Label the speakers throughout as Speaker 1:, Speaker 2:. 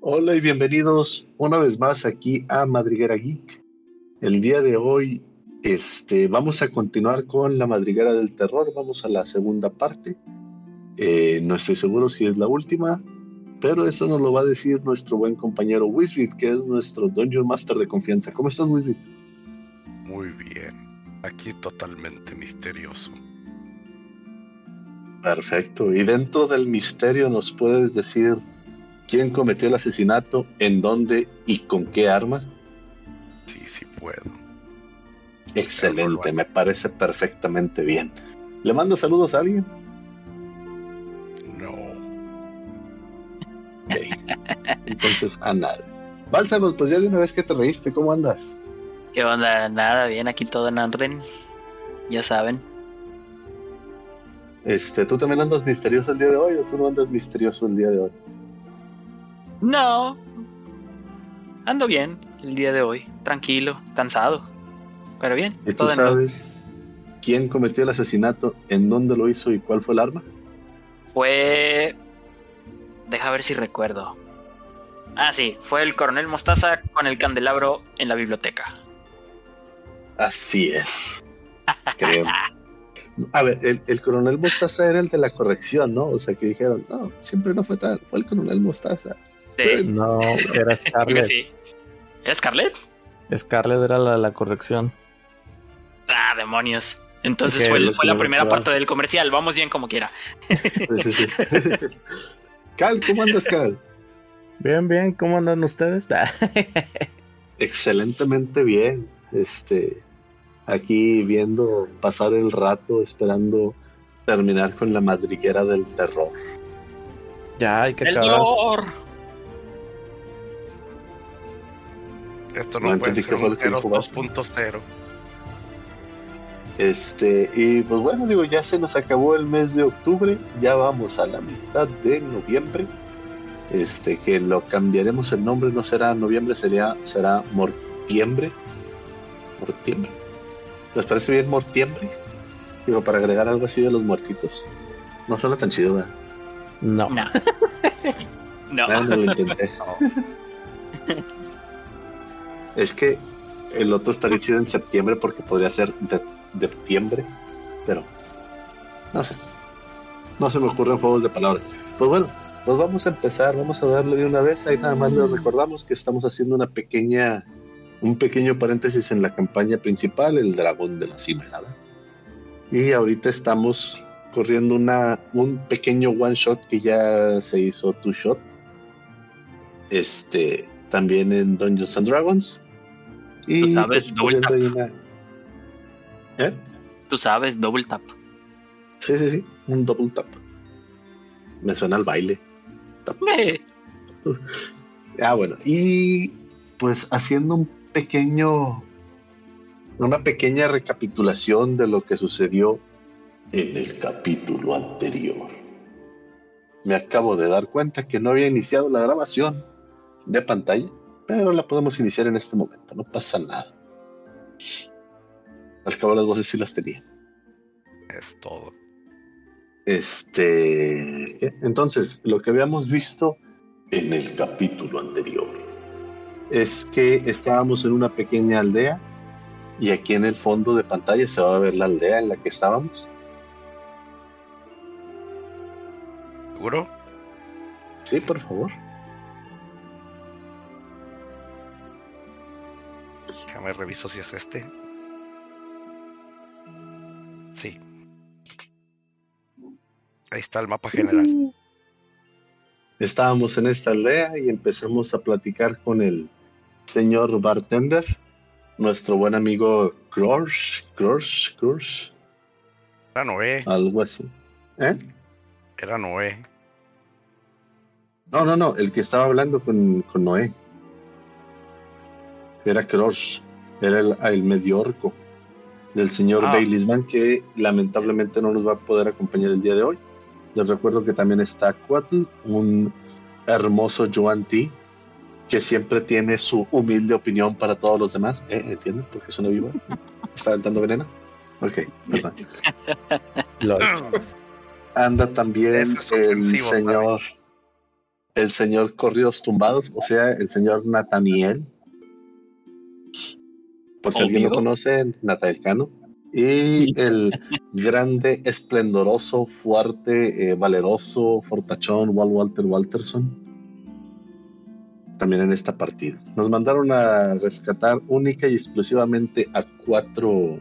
Speaker 1: Hola y bienvenidos una vez más aquí a Madriguera Geek. El día de hoy este, vamos a continuar con la Madriguera del Terror, vamos a la segunda parte. Eh, no estoy seguro si es la última, pero eso nos lo va a decir nuestro buen compañero Wisbit, que es nuestro Dungeon Master de confianza. ¿Cómo estás, Wisbit?
Speaker 2: Muy bien, aquí totalmente misterioso.
Speaker 1: Perfecto, y dentro del misterio nos puedes decir quién cometió el asesinato, en dónde y con qué arma.
Speaker 2: Sí, sí puedo.
Speaker 1: Excelente, me parece perfectamente bien. ¿Le mando saludos a alguien?
Speaker 2: No.
Speaker 1: Ok. Entonces, a nadie. Bálsamos, pues ya de una vez que te reíste, ¿cómo andas?
Speaker 3: ¿Qué onda? Nada, bien, aquí todo en Anren. Ya saben.
Speaker 1: Este, ¿tú también andas misterioso el día de hoy o tú no andas misterioso el día de hoy?
Speaker 3: No. Ando bien el día de hoy. Tranquilo, cansado. Pero bien,
Speaker 1: ¿Y tú
Speaker 3: todo en orden.
Speaker 1: sabes quién cometió el asesinato, en dónde lo hizo y cuál fue el arma?
Speaker 3: Fue. Deja ver si recuerdo. Ah, sí, fue el coronel Mostaza con el candelabro en la biblioteca.
Speaker 1: Así es. Creo. A ver, el, el coronel Mostaza era el de la corrección, ¿no? O sea, que dijeron, no, siempre no fue tal, fue el coronel Mostaza. Eh,
Speaker 3: Sí,
Speaker 4: No, era
Speaker 3: creo que
Speaker 4: Scarlett.
Speaker 3: sí. ¿Era Scarlett?
Speaker 4: Scarlett era la, la corrección.
Speaker 3: Ah, demonios. Entonces
Speaker 4: Ok,
Speaker 3: fue,
Speaker 4: lo
Speaker 3: fue la
Speaker 4: tuve
Speaker 3: primera
Speaker 4: que
Speaker 3: parte del comercial. Vamos bien como quiera.
Speaker 1: Sí, sí, sí. Cal, ¿cómo andas, Cal?
Speaker 4: Bien, bien, ¿cómo andan ustedes? Ah,
Speaker 1: Excelentemente bien. Este, aquí viendo pasar el rato, esperando terminar con la madriguera del terror.
Speaker 4: ya hay que
Speaker 3: ¡El
Speaker 4: acabar.
Speaker 3: dolor!
Speaker 2: Esto
Speaker 1: No
Speaker 2: no, puede
Speaker 1: entendí
Speaker 2: ser
Speaker 1: qué fue lo
Speaker 2: un
Speaker 1: que dijo
Speaker 2: Eros
Speaker 1: Vasco.
Speaker 2: 2.0.
Speaker 1: Este, y pues bueno, digo, ya se nos acabó el mes de octubre, ya vamos a la mitad de noviembre. Este, que lo cambiaremos el nombre, no será noviembre, sería, será mortiembre. Mortiembre. ¿Les parece bien mortiembre? Digo, para agregar algo así de los muertitos. No suena tan chido, ¿verdad?
Speaker 4: No.
Speaker 3: No. No.
Speaker 1: Ah, no lo intenté. es que el otro estaría chido en septiembre porque podría ser de, de septiembre, pero no sé. No se me ocurren juegos de palabras. Pues bueno, nos vamos a empezar, vamos a darle de una vez. Ahí nada más les recordamos que estamos haciendo una pequeña, un pequeño paréntesis en la campaña principal, el dragón de la cimarada. Y ahorita estamos corriendo una, un pequeño one shot que ya se hizo two shot este también en Dungeons and Dragons y
Speaker 3: Tú sabes,
Speaker 1: pues,
Speaker 3: double
Speaker 1: poniendo
Speaker 3: tap.
Speaker 1: ahí una- ¿Eh?
Speaker 3: Tú sabes, double tap.
Speaker 1: sí sí sí un double tap me suena al baile
Speaker 3: Eh,
Speaker 1: ah bueno y pues haciendo un pequeño una pequeña recapitulación de lo que sucedió en el capítulo anterior me acabo de dar cuenta que no había iniciado la grabación de pantalla pero la podemos iniciar en este momento no pasa nada al cabo las voces sí las tenía
Speaker 2: Es todo.
Speaker 1: Este. ¿qué? Entonces, lo que habíamos visto en el capítulo anterior es que estábamos en una pequeña aldea y aquí en el fondo de pantalla se va a ver la aldea en la que estábamos.
Speaker 2: ¿Seguro?
Speaker 1: Sí, por favor.
Speaker 2: Déjame reviso si es este. Sí. Ahí está el mapa general.
Speaker 1: Estábamos en esta aldea y empezamos a platicar con el señor bartender, nuestro buen amigo Grosh, Grosh, Grosh,
Speaker 2: Era Noé.
Speaker 1: algo así. ¿Eh?
Speaker 2: Era Noé.
Speaker 1: No, no, no, el que estaba hablando con, con Noé. Era Cross, era el, el medio orco del señor
Speaker 2: Ah.
Speaker 1: Bailisman que lamentablemente no nos va a poder acompañar el día de hoy. Les recuerdo que también está Cuatl, un hermoso Yuan Ti, que siempre tiene su humilde opinión para todos los demás. ¿Eh? ¿Entienden? Porque es una viva. ¿Está aventando veneno? Ok, perdón.
Speaker 4: Lol.
Speaker 1: Ah. Anda también
Speaker 2: Eso es
Speaker 1: el
Speaker 2: ofensivo,
Speaker 1: señor el señor Corridos Tumbados, o sea, el señor Nataniel. Por si alguien lo
Speaker 3: Amigo.
Speaker 1: conoce, Nataniel Cano. Y el grande, esplendoroso, fuerte, eh, valeroso, fortachón, Wal Walter Walterson. También en esta partida. Nos mandaron a rescatar única y exclusivamente a cuatro.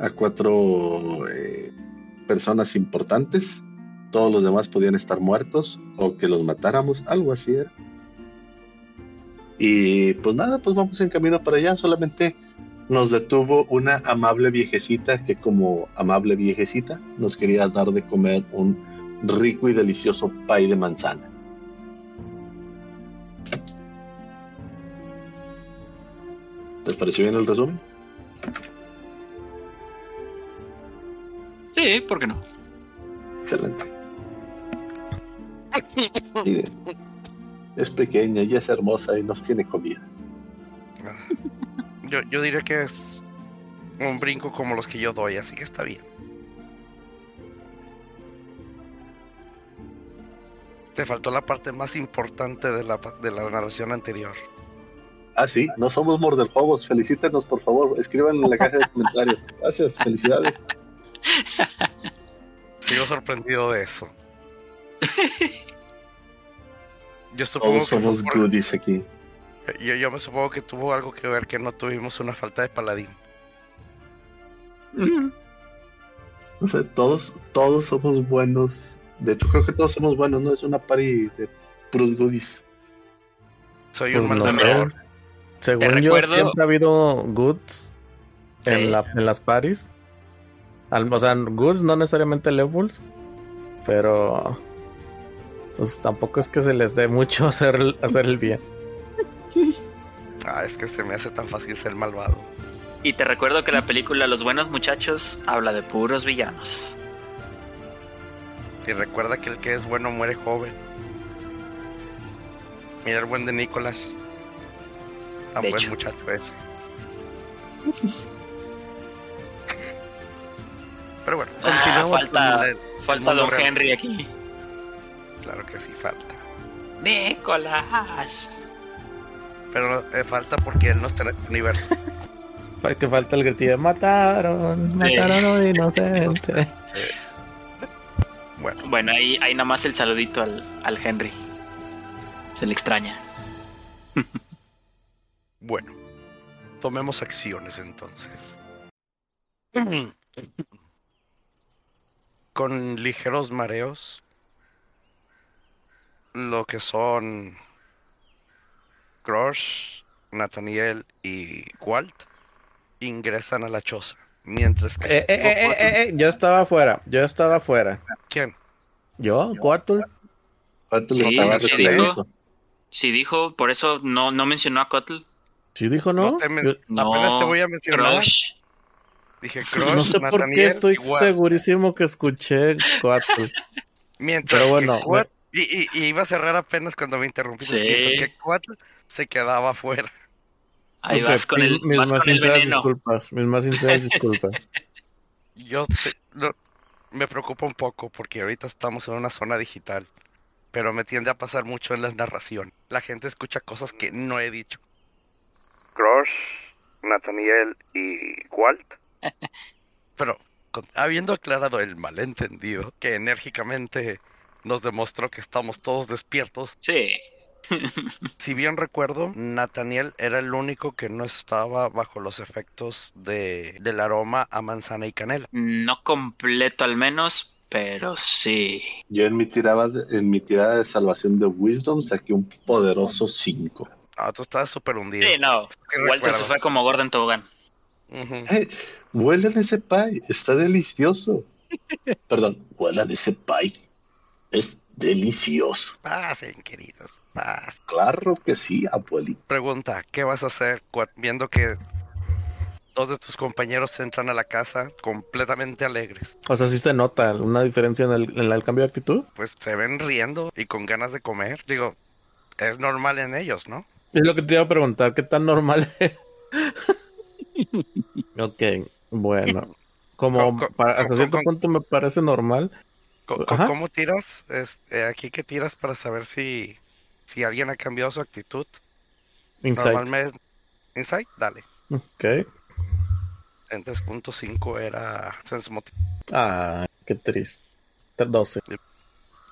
Speaker 1: a cuatro eh, personas importantes todos los demás podían estar muertos o que los matáramos, algo así era. Y pues nada, pues vamos en camino para allá, solamente nos detuvo una amable viejecita que como amable viejecita nos quería dar de comer un rico y delicioso pay de manzana. ¿Les pareció bien el resumen?
Speaker 3: Sí, ¿por qué no?
Speaker 1: Excelente. Mire, es pequeña y es hermosa y nos tiene comida.
Speaker 2: Ah. Yo, yo diría que es un brinco como los que yo doy, así que está bien. Te faltó la parte más importante de la, pa- de la narración anterior.
Speaker 1: Ah, sí, no somos mordeljuegos. Felicítenos, por favor. Escriban en la caja de comentarios. Gracias, felicidades.
Speaker 2: Sigo sorprendido de eso. Yo supongo
Speaker 1: Todos
Speaker 2: que fue
Speaker 1: somos
Speaker 2: por-
Speaker 1: goodies aquí.
Speaker 2: yo, yo me supongo que tuvo algo que ver que no tuvimos una falta de paladín.
Speaker 1: No sé, todos, todos somos buenos. De hecho, creo que todos somos buenos, ¿no? Es una party de puros goodies.
Speaker 2: Soy
Speaker 4: Pues
Speaker 2: un
Speaker 4: no
Speaker 2: mal
Speaker 4: sé.
Speaker 2: narrador.
Speaker 4: Según yo,
Speaker 3: recuerdo-
Speaker 4: siempre ha habido goods
Speaker 3: Sí.
Speaker 4: en, la- en las paris. Al- o sea, goods no necesariamente levels, pero pues tampoco es que se les dé mucho hacer, hacer el bien.
Speaker 2: Ah, es que se me hace tan fácil ser malvado.
Speaker 3: Y te recuerdo que la película Los Buenos Muchachos habla de puros villanos.
Speaker 2: Y recuerda que el que es bueno muere joven. Mira el buen de Nicolás. Tan
Speaker 3: De
Speaker 2: buen
Speaker 3: hecho.
Speaker 2: muchacho ese. Pero bueno,
Speaker 3: Ah,
Speaker 2: continuamos con
Speaker 3: falta-
Speaker 2: el-
Speaker 3: Falta
Speaker 2: mundo
Speaker 3: Don
Speaker 2: real.
Speaker 3: Henry aquí.
Speaker 2: Claro que sí, falta.
Speaker 3: Nicolás.
Speaker 2: Pero no- eh, falta porque él no está en este universo.
Speaker 4: Fa- Que falta el gritillo de mataron, mataron a un inocente.
Speaker 2: Bueno,
Speaker 3: Bueno, ahí, ahí nomás el saludito al, al Henry. Se le extraña.
Speaker 2: bueno. Tomemos acciones entonces. Con ligeros mareos. Lo que son Crush, Nathaniel y Walt ingresan a la choza. Mientras que
Speaker 4: Eh, eh, eh, eh, eh, eh, yo estaba afuera, yo estaba afuera.
Speaker 2: ¿Quién?
Speaker 4: ¿Yo? ¿Cuarto?
Speaker 1: Ahorita
Speaker 3: Sí,
Speaker 1: lo estaba
Speaker 2: sí,
Speaker 1: reclamando.
Speaker 3: Sí dijo, por eso no, no mencionó a Cottle.
Speaker 4: ¿Sí dijo
Speaker 2: No,
Speaker 4: no?
Speaker 2: te men-
Speaker 4: Yo-
Speaker 3: No,
Speaker 2: apenas te voy a mencionar.
Speaker 3: Crush.
Speaker 2: Dije Crush,
Speaker 4: no sé por qué
Speaker 2: Nathaniel
Speaker 4: estoy
Speaker 2: y Walt.
Speaker 4: segurísimo que escuché cuatro.
Speaker 2: Mientras
Speaker 4: Pero bueno,
Speaker 2: que Quat- y, y- y iba a cerrar apenas cuando me interrumpiste.
Speaker 3: Sí.
Speaker 2: Mientras que Quat se quedaba afuera.
Speaker 3: Ahí
Speaker 4: Ok,
Speaker 3: vas con el,
Speaker 4: mis
Speaker 3: vas
Speaker 4: más
Speaker 3: con el
Speaker 4: sinceras
Speaker 3: veneno.
Speaker 4: disculpas, mis más sinceras disculpas.
Speaker 2: Yo te- lo- me preocupa un poco porque ahorita estamos en una zona digital, pero me tiende a pasar mucho en las narraciones. La gente escucha cosas que no he dicho. Crush, Nathaniel y Walt. Pero con- habiendo aclarado el malentendido que enérgicamente nos demostró que estamos todos despiertos,
Speaker 3: Sí.
Speaker 2: Si bien recuerdo, Nathaniel era el único que no estaba bajo los efectos de, del aroma a manzana y canela.
Speaker 3: No completo al menos, pero sí.
Speaker 1: Yo en mi, tirada de, en mi tirada de salvación de Wisdom saqué un poderoso 5.
Speaker 2: Ah, tú estabas súper hundido.
Speaker 3: Sí, no.
Speaker 2: Sí
Speaker 3: Walter se
Speaker 2: recuerdo.
Speaker 3: fue como Gordon Tobogán.
Speaker 2: Ujú.
Speaker 1: Eh, huelan ese pie, está delicioso. Perdón, huelan ese pie. Es delicioso.
Speaker 2: Pasen, queridos. pasen.
Speaker 1: Claro que sí, abuelito.
Speaker 2: Pregunta, ¿qué vas a hacer cua- viendo que dos de tus compañeros entran a la casa completamente alegres?
Speaker 4: O sea, sí se nota una diferencia en el, en el cambio de actitud.
Speaker 2: Pues se ven riendo y con ganas de comer. Digo, es normal en ellos, ¿no?
Speaker 4: Es lo que te iba a preguntar, ¿qué tan normal es? ok, bueno. Como
Speaker 2: Con- con-
Speaker 4: para- hasta
Speaker 2: con-
Speaker 4: cierto
Speaker 2: con-
Speaker 4: punto me parece normal,
Speaker 2: Co- co-
Speaker 4: Ajá.
Speaker 2: ¿Cómo tiras? Este, aquí que tiras para saber si, si alguien ha cambiado su actitud.
Speaker 4: Insight.
Speaker 2: Normalmente. Insight, dale.
Speaker 4: Ok.
Speaker 2: En 3.5 era Sense Motive.
Speaker 4: Ah, qué triste. 12.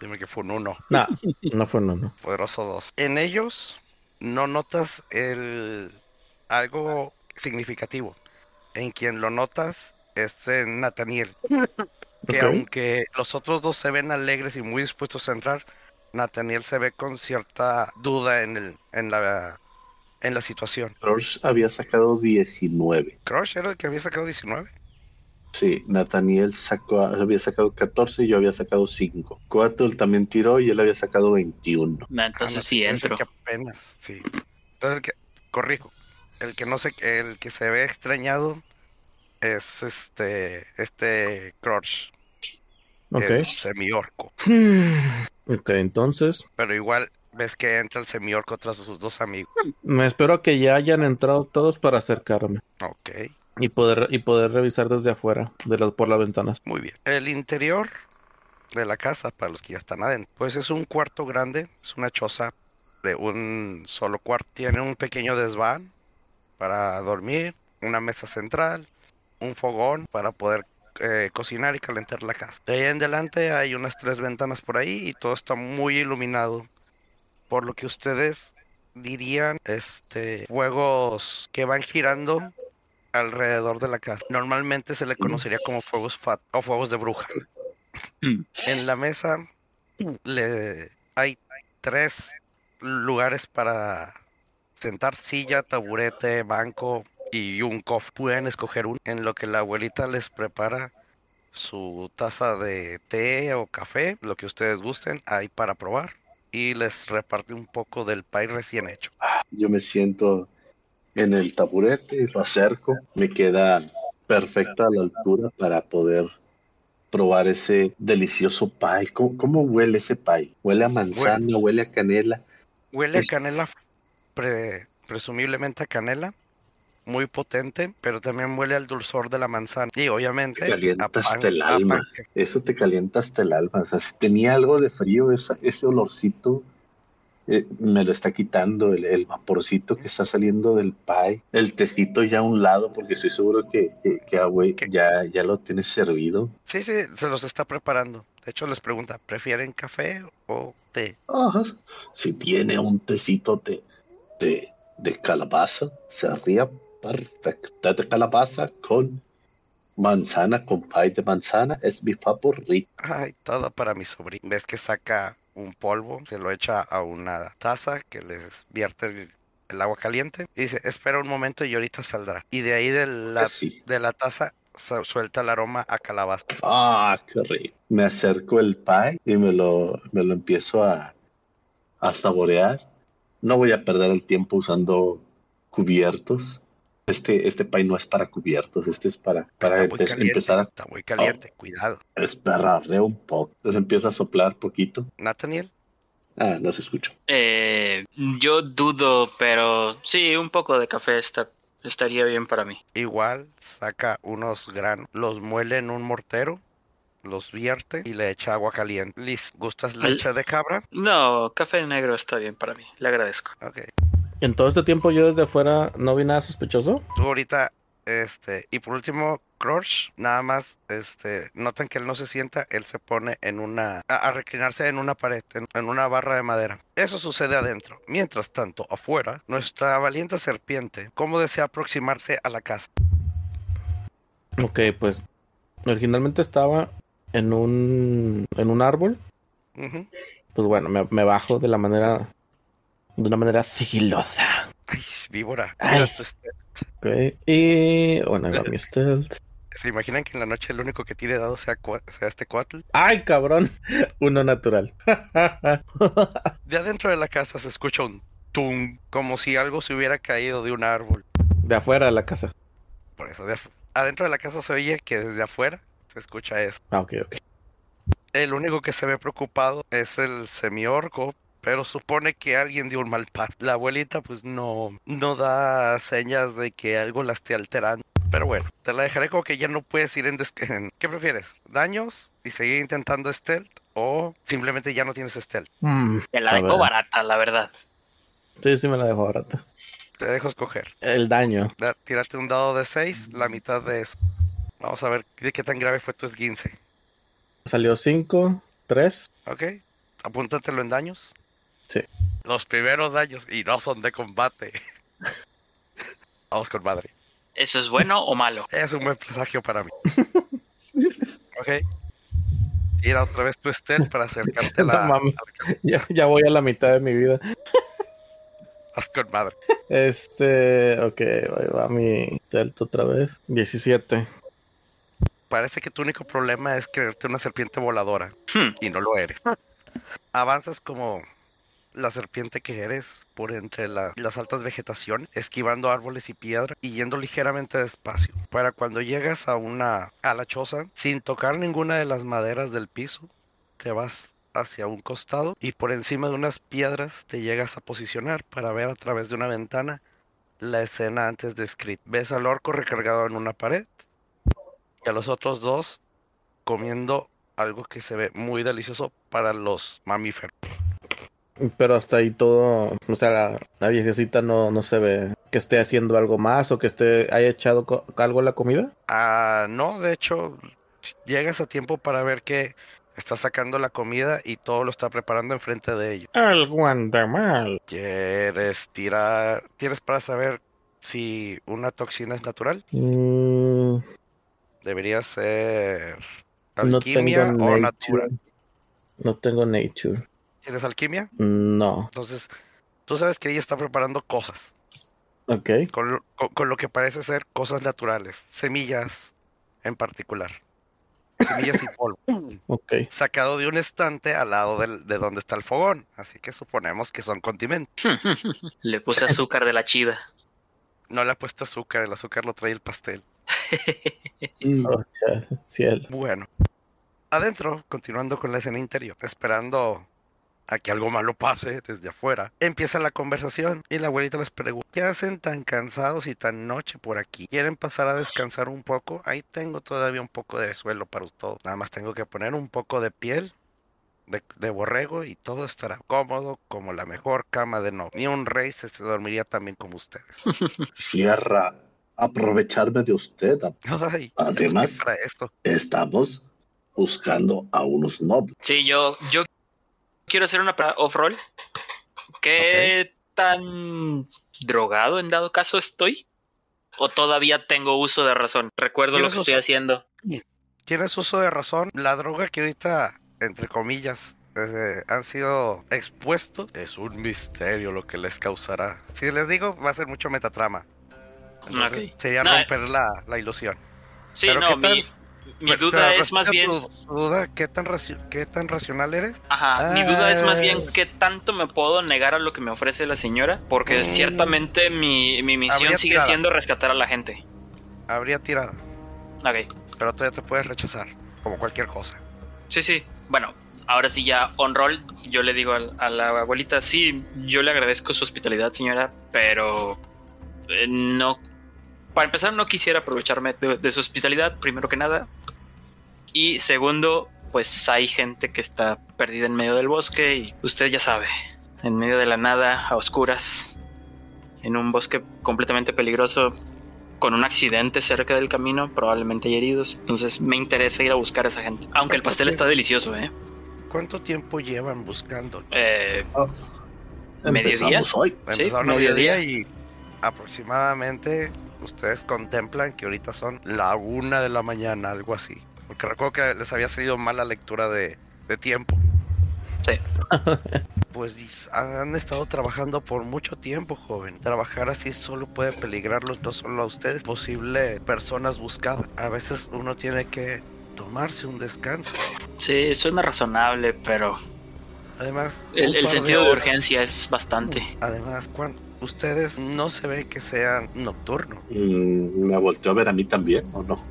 Speaker 2: Dime que fue un 1.
Speaker 4: No, no fue un uno.
Speaker 2: Poderoso 2. En ellos no notas el algo significativo. En quien lo notas es en Nathaniel. Que
Speaker 4: Ok.
Speaker 2: aunque los otros dos se ven alegres y muy dispuestos a entrar, Nathaniel se ve con cierta duda en, el, en, la, en la situación.
Speaker 1: Crush había sacado 19.
Speaker 2: Crush era el que había sacado 19.
Speaker 1: Sí, Nathaniel sacó, había sacado 14 y yo había sacado 5. Coatul también tiró y él había sacado 21.
Speaker 3: Nah,
Speaker 2: Ah, no,
Speaker 3: entonces sí
Speaker 2: es el
Speaker 3: entro.
Speaker 2: que apenas, sí. Entonces el que, corrijo, el que no se, el que se ve extrañado es este, este Crush, el
Speaker 4: Ok.
Speaker 2: semiorco.
Speaker 4: Ok, entonces.
Speaker 2: Pero igual ves que entra el semiorco tras sus dos amigos.
Speaker 4: Me espero que ya hayan entrado todos para acercarme.
Speaker 2: Ok,
Speaker 4: Y poder, y poder revisar desde afuera, de las, por las ventanas.
Speaker 2: muy bien. El interior de la casa, para los que ya están adentro, pues es un cuarto grande, es una choza de un solo cuarto. Tiene un pequeño desván para dormir, una mesa central, un fogón para poder eh, cocinar y calentar la casa. De ahí en adelante hay unas tres ventanas por ahí y todo está muy iluminado. Por lo que ustedes dirían, este, fuegos que van girando alrededor de la casa. Normalmente se le conocería como fuegos fat o fuegos de bruja.
Speaker 3: Mm.
Speaker 2: En la mesa le, hay tres lugares para sentar silla, taburete, banco y un cofre. Pueden escoger uno en lo que la abuelita les prepara su taza de té o café, lo que ustedes gusten, ahí para probar. Y les reparte un poco del pay recién hecho.
Speaker 1: Yo me siento en el taburete, lo acerco, me queda perfecta a la altura para poder probar ese delicioso pie. ¿Cómo, cómo huele ese pie? Huele a manzana, huele a canela.
Speaker 2: Huele a
Speaker 1: Es-
Speaker 2: canela, pre- presumiblemente a canela, muy potente, pero también huele al dulzor de la manzana. Y obviamente
Speaker 1: Te calienta
Speaker 2: a pan-
Speaker 1: hasta el
Speaker 2: a
Speaker 1: alma.
Speaker 2: panque-
Speaker 1: Eso te calienta hasta el alma. O sea, si tenía algo de frío, esa- ese olorcito eh, me lo está quitando el, el vaporcito que está saliendo del pie. El tecito ya a un lado, porque estoy seguro que, que, que, ah, güey,
Speaker 2: ¿Qué?
Speaker 1: ya, ya lo tienes servido.
Speaker 2: Sí, sí, se los está preparando. De hecho, les pregunta, ¿prefieren café o té?
Speaker 1: Ajá. Ah, Si tiene un tecito de, de, de calabaza, sería perfecta. De calabaza con manzana, con pie de manzana, es mi favorito.
Speaker 2: Ay, todo para mi sobrino. Ves que saca un polvo, se lo echa a una taza que les vierte el, el agua caliente. Y dice, espera un momento y ahorita saldrá. Y de ahí de la,
Speaker 1: Así.
Speaker 2: de la taza su- suelta el aroma a calabaza.
Speaker 1: Ah, qué rico. Me acerco el pie y me lo, me lo empiezo a, a saborear. No voy a perder el tiempo usando cubiertos. Este, este pie no es para cubiertos, este es para, para
Speaker 2: está muy
Speaker 1: empe-
Speaker 2: caliente,
Speaker 1: empezar a Oh.
Speaker 2: está muy caliente, cuidado.
Speaker 1: esperarle un poco. Entonces empiezo a soplar poquito.
Speaker 2: Nathaniel,
Speaker 1: Ah, no se escucha.
Speaker 3: Eh, yo dudo, pero sí, un poco de café está, estaría bien para mí.
Speaker 2: igual saca unos granos, los muele en un mortero, los vierte y le echa agua caliente. Liz, ¿gustas
Speaker 3: Al-
Speaker 2: leche de cabra?
Speaker 3: No, café negro está bien para mí, le agradezco.
Speaker 2: Ok.
Speaker 4: En todo este tiempo yo desde afuera no vi nada sospechoso.
Speaker 2: Tú ahorita, este, y por último, Crush, nada más, este, notan que él no se sienta, él se pone en una, a, a reclinarse en una pared, en, en una barra de madera. Eso sucede adentro. Mientras tanto, afuera, nuestra valiente serpiente, ¿cómo desea aproximarse a la casa?
Speaker 4: Ok, pues originalmente estaba en un, en un árbol.
Speaker 2: Ujú.
Speaker 4: Pues bueno, me, me bajo de la manera. De una manera sigilosa.
Speaker 2: Ay, víbora.
Speaker 4: Ay.
Speaker 2: Mira, pues,
Speaker 4: Ok. Y bueno, ahí va mi stealth.
Speaker 2: ¿Se imaginan que en la noche el único que tire dado sea, cua- sea este cuatl?
Speaker 4: ¡Ay, cabrón! Uno natural.
Speaker 2: De adentro de la casa se escucha un tum, como si algo se hubiera caído de un árbol.
Speaker 4: de afuera de la casa.
Speaker 2: Por eso, de afu- adentro de la casa se oye que desde afuera se escucha eso.
Speaker 4: Ah, ok, ok.
Speaker 2: El único que se ve preocupado es el semiorco, pero supone que alguien dio un mal paso. La abuelita, pues no, no da señas de que algo la esté alterando. Pero bueno, te la dejaré como que ya no puedes ir en... des- en- ¿Qué prefieres? ¿Daños y seguir intentando stealth? ¿O simplemente ya no tienes stealth?
Speaker 4: Mm,
Speaker 3: Te la
Speaker 4: a
Speaker 3: dejo
Speaker 4: ver.
Speaker 3: barata, la verdad.
Speaker 4: Sí, sí me la dejo barata.
Speaker 2: Te dejo escoger.
Speaker 4: El daño.
Speaker 2: Da- tírate un dado de 6, la mitad de eso. Vamos a ver de qué tan grave fue tu esguince.
Speaker 4: Salió 5, 3.
Speaker 2: ¿Ok? Apúntatelo en daños.
Speaker 4: Sí.
Speaker 2: Los primeros daños, y no son de combate. Vamos con madre.
Speaker 3: ¿Eso es bueno o malo?
Speaker 2: Es un buen presagio para mí. ok. Tira otra vez tu stealth para acercarte a la...
Speaker 4: No mames. Ya, ya voy a la mitad de mi vida.
Speaker 2: Haz con madre.
Speaker 4: Este, ok, ahí va mi stealth otra vez. 17.
Speaker 2: Parece que tu único problema es creerte una serpiente voladora.
Speaker 3: Hmm,
Speaker 2: y no lo eres. Avanzas como la serpiente que eres por entre la- las altas vegetaciones, esquivando árboles y piedras y yendo ligeramente despacio. Para cuando llegas a una a la choza, sin tocar ninguna de las maderas del piso, te vas hacia un costado y por encima de unas piedras te llegas a posicionar para ver a través de una ventana la escena antes descrita. Ves al orco recargado en una pared y a los otros dos comiendo algo que se ve muy delicioso para los mamíferos.
Speaker 4: Pero hasta ahí todo. O sea, la, la viejecita no, no se ve que esté haciendo algo más o que esté haya echado co- algo a la comida.
Speaker 2: Ah, no, de hecho, llegas a tiempo para ver que está sacando la comida y todo lo está preparando enfrente de ellos.
Speaker 4: Algo anda mal.
Speaker 2: ¿Quieres tirar? ¿Tienes para saber si una toxina es natural?
Speaker 4: Mm,
Speaker 2: Debería ser
Speaker 4: no
Speaker 2: alquimia
Speaker 4: tengo
Speaker 2: o
Speaker 4: nature.
Speaker 2: natural.
Speaker 4: No tengo nature.
Speaker 2: ¿Tienes alquimia?
Speaker 4: No.
Speaker 2: Entonces, tú sabes que ella está preparando cosas.
Speaker 4: Ok.
Speaker 2: con lo, con- con lo que parece ser cosas naturales, semillas en particular, semillas y polvo,
Speaker 4: Ok.
Speaker 2: sacado de un estante al lado del- de donde está el fogón, así que suponemos que son condimentos.
Speaker 3: Le puse azúcar de la chida.
Speaker 2: No le ha puesto azúcar, el azúcar lo trae el pastel.
Speaker 1: Mm,
Speaker 4: O sea, cielo.
Speaker 2: Bueno, adentro, continuando con la escena interior, esperando a que algo malo pase desde afuera, empieza la conversación y la abuelita les pregunta, ¿qué hacen tan cansados y tan noche por aquí? ¿Quieren pasar a descansar un poco? Ahí tengo todavía un poco de suelo para todos, nada más tengo que poner un poco de piel. De, de borrego y todo estará cómodo como la mejor cama de no. Ni un rey se, se dormiría tan bien como ustedes.
Speaker 1: Sierra, aprovecharme de usted. a-
Speaker 2: Ay, yo no estoy
Speaker 1: Además-
Speaker 2: para esto.
Speaker 1: Estamos buscando a unos nobles.
Speaker 3: Sí, yo, yo quiero hacer una pra- off-roll. ¿Qué tan drogado en dado caso estoy? ¿O todavía tengo uso de razón? Recuerdo lo
Speaker 2: Tienes
Speaker 3: que estoy
Speaker 2: uso.
Speaker 3: haciendo.
Speaker 2: tienes uso de razón. La droga que ahorita, entre comillas, eh, han sido expuestos. Es un misterio lo que les causará. Si les digo, va a ser mucho metatrama. Entonces,
Speaker 3: Ok.
Speaker 2: Sería
Speaker 3: No, eh.
Speaker 2: romper la, la ilusión.
Speaker 3: Sí,
Speaker 2: Pero
Speaker 3: no,
Speaker 2: ¿qué
Speaker 3: mi, mi
Speaker 2: Pero-
Speaker 3: duda
Speaker 2: pero
Speaker 3: es más bien...
Speaker 2: respecto a tu duda, ¿qué tan, raci- ¿qué tan racional eres?
Speaker 3: Ajá, mi duda es más
Speaker 2: Ay.
Speaker 3: bien qué tanto me puedo negar a lo que me ofrece la señora, porque
Speaker 2: Mm.
Speaker 3: ciertamente mi, mi misión
Speaker 2: Habría
Speaker 3: sigue
Speaker 2: tirada.
Speaker 3: siendo rescatar a la gente.
Speaker 2: Habría tirada,
Speaker 3: Ok,
Speaker 2: pero todavía te puedes rechazar, como cualquier cosa.
Speaker 3: sí, sí. Bueno, ahora sí ya on roll, yo le digo al- a, la abuelita, sí, yo le agradezco su hospitalidad, señora, pero eh, no... Para empezar, no quisiera aprovecharme de, de su hospitalidad, primero que nada. Y segundo, pues hay gente que está perdida en medio del bosque y usted ya sabe, en medio de la nada, a oscuras, en un bosque completamente peligroso, con un accidente cerca del camino, probablemente hay heridos. Entonces me interesa ir a buscar a esa gente. Aunque el pastel está delicioso, ¿eh?
Speaker 2: ¿Cuánto tiempo llevan buscando?
Speaker 3: Eh, ¿Mediodía?
Speaker 1: Empezamos hoy.
Speaker 3: Sí,
Speaker 2: Empezaron a
Speaker 3: mediodía.
Speaker 2: mediodía y aproximadamente ustedes contemplan que ahorita son la una de la mañana, algo así. Porque recuerdo que les había sido mala lectura de, de tiempo.
Speaker 3: Sí.
Speaker 2: Pues y- han estado trabajando por mucho tiempo, joven. Trabajar así solo puede peligrarlos, no solo a ustedes, posible personas buscadas. A veces uno tiene que tomarse un descanso.
Speaker 3: sí, suena razonable, pero
Speaker 2: Además,
Speaker 3: el,
Speaker 2: un
Speaker 3: el
Speaker 2: par de
Speaker 3: sentido de
Speaker 2: horas-
Speaker 3: urgencia es bastante.
Speaker 2: Además, cuan- ustedes no se ve que sean nocturnos.
Speaker 1: Mm, me volteó a ver a mí también, ¿o no?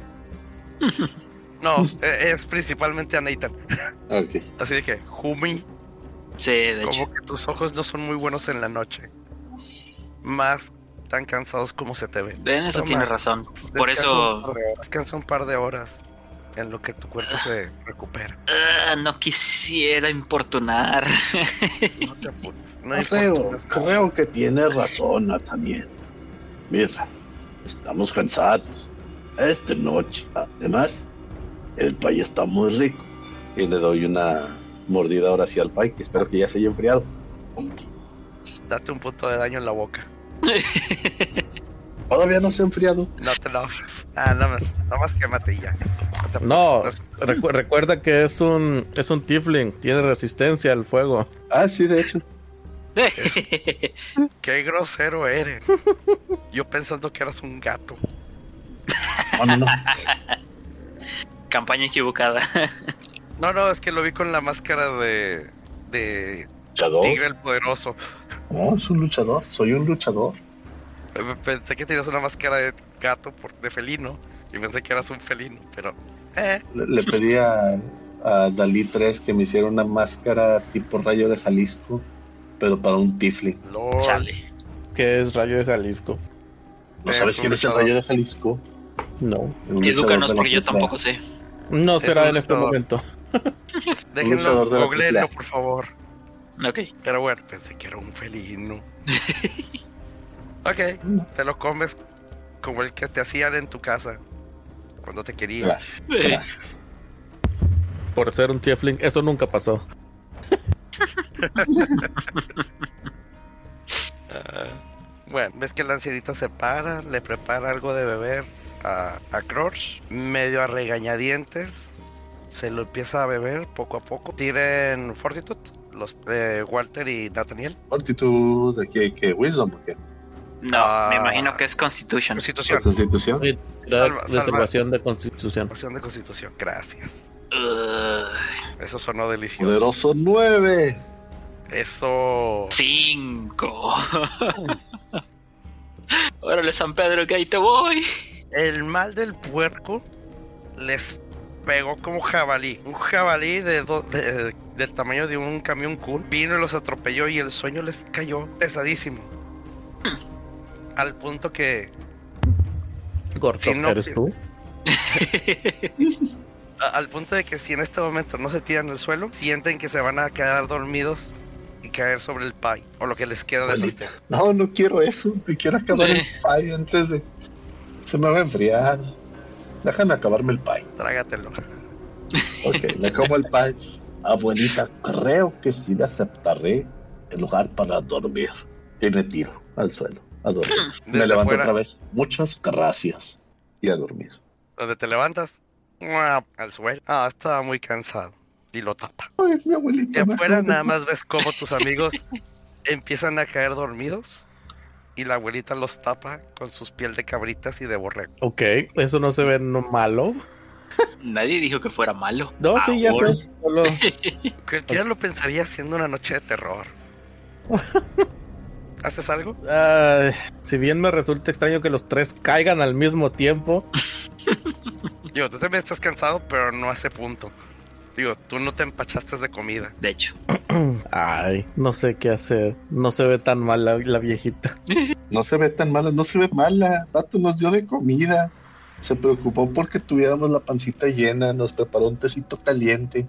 Speaker 2: No, eh, es principalmente a Nathan.
Speaker 1: Ok.
Speaker 2: Así de que, Jumi,
Speaker 3: Sí, de hecho.
Speaker 2: como que tus ojos no son muy buenos en la noche. Más tan cansados como se te ve.
Speaker 3: En eso
Speaker 2: Toma.
Speaker 3: tiene razón. Por
Speaker 2: Descansa un
Speaker 3: eso
Speaker 2: par de horas, Descansa un par de horas en lo que tu cuerpo se recupera.
Speaker 3: ah, no quisiera importunar.
Speaker 2: No te apures. No
Speaker 1: creo,
Speaker 2: importa.
Speaker 1: creo que tiene razón, Nathaniel. Mira, estamos cansados. Esta noche, además, el pay está muy rico. Y le doy una mordida ahora sí al pay, que espero que ya se haya enfriado.
Speaker 2: Date un punto de daño en la boca.
Speaker 1: Todavía no se ha enfriado.
Speaker 2: No te lo. Ah, nada más. Nada más quémate y ya. No te apures.
Speaker 4: No,
Speaker 2: es-
Speaker 4: recu- recuerda que es un es un tiefling, tiene resistencia al fuego.
Speaker 1: Ah, sí, de hecho.
Speaker 2: Qué grosero eres. Yo pensando que eras un gato.
Speaker 1: No, no, no.
Speaker 3: Campaña equivocada.
Speaker 2: No, no, es que lo vi con la máscara de. de.
Speaker 1: Luchador.
Speaker 2: Tigre el Poderoso.
Speaker 1: No, es un luchador. Soy un luchador.
Speaker 2: Eh, Pensé que tenías una máscara de gato por, de felino. Y pensé que eras un felino, pero. Eh,
Speaker 1: Le, le pedí a, a Dalí 3 que me hiciera una máscara tipo rayo de Jalisco, pero para un tifling.
Speaker 2: lol.
Speaker 3: Chale.
Speaker 4: Que es Rayo de Jalisco.
Speaker 1: ¿No
Speaker 2: Es
Speaker 1: sabes
Speaker 2: un
Speaker 1: quién es el
Speaker 2: luchador.
Speaker 1: rayo de Jalisco?
Speaker 4: No.
Speaker 1: Un luchador
Speaker 3: Edúcanos
Speaker 1: de la
Speaker 3: porque yo
Speaker 1: cultura.
Speaker 3: tampoco sé.
Speaker 4: No
Speaker 2: Es
Speaker 4: será
Speaker 2: un
Speaker 4: en este
Speaker 2: luchador.
Speaker 4: momento.
Speaker 2: Déjenlo,
Speaker 1: luchador de la
Speaker 2: googleenlo,
Speaker 1: AAA.
Speaker 2: por favor.
Speaker 3: Ok.
Speaker 2: Pero bueno, pensé que era un felino. ok, te lo comes como el que te hacían en tu casa. Cuando te querían.
Speaker 1: Gracias. gracias.
Speaker 4: Por ser un tiefling, eso nunca pasó.
Speaker 2: Ah, bueno, ves que la ancianita se para, le prepara algo de beber a, a Crouch, medio a regañadientes, se lo empieza a beber poco a poco. Tiren Fortitude, los eh, Walter y Nathaniel.
Speaker 1: Fortitud, aquí hay que Wisdom, ¿o qué?
Speaker 3: No,
Speaker 2: Ah.
Speaker 3: me imagino que es Constitution.
Speaker 1: ¿La
Speaker 2: Constitución.
Speaker 1: constitución?
Speaker 4: Era
Speaker 2: Salva-
Speaker 4: de salvación de constitución.
Speaker 2: Porción de constitución, gracias.
Speaker 3: Uh,
Speaker 2: Eso sonó delicioso.
Speaker 1: Poderoso 9.
Speaker 2: Eso.
Speaker 3: cinco. Órale, San Pedro, que ahí te voy.
Speaker 2: El mal del puerco les pegó como jabalí. Un jabalí de do- de- del tamaño de un camión cool. Vino y los atropelló y el sueño les cayó pesadísimo. Al punto que
Speaker 4: Gordo,
Speaker 2: Sí, no,
Speaker 4: ¿eres
Speaker 2: sí.
Speaker 4: tú?
Speaker 2: a- al punto de que si en este momento no se tiran al suelo, sienten que se van a quedar dormidos y caer sobre el pie o lo que les queda de
Speaker 1: Maldito.
Speaker 2: pastel.
Speaker 1: No, no quiero eso. Me quiero acabar el pie antes de. Se me va a enfriar. Déjame acabarme el pie.
Speaker 2: Trágatelo.
Speaker 1: Ok, me como el pie. Abuelita, creo que sí le aceptaré el lugar para dormir. Y me tiro al suelo a dormir.
Speaker 2: Desde
Speaker 1: Me levanto
Speaker 2: afuera.
Speaker 1: otra vez. Muchas gracias. Y a dormir.
Speaker 2: Donde te levantas, ¡mua! al suelo. Ah, estaba muy cansado. Y lo tapa.
Speaker 1: Ay, mi abuelita.
Speaker 2: De
Speaker 1: me
Speaker 2: afuera
Speaker 1: acaba de-
Speaker 2: nada más ves cómo tus amigos empiezan a caer dormidos y la abuelita los tapa con sus piel de cabritas y de borrego.
Speaker 4: Ok, eso no se ve no malo.
Speaker 3: Nadie dijo que fuera malo.
Speaker 4: No,
Speaker 2: Ah,
Speaker 4: sí, ya
Speaker 1: Ahora.
Speaker 4: sé, solo-
Speaker 2: Cualquiera lo pensaría siendo una noche de terror. ¿Haces algo?
Speaker 4: Ay, si bien me resulta extraño que los tres caigan al mismo tiempo,
Speaker 2: Digo, tú también estás cansado, pero no hace punto. Digo, tú no te empachaste de comida.
Speaker 3: De hecho.
Speaker 4: ay, no sé qué hacer. No se ve tan mal la, la viejita.
Speaker 1: No se ve tan mala, no se ve mala. Tato nos dio de comida. Se preocupó porque tuviéramos la pancita llena, nos preparó un tecito caliente,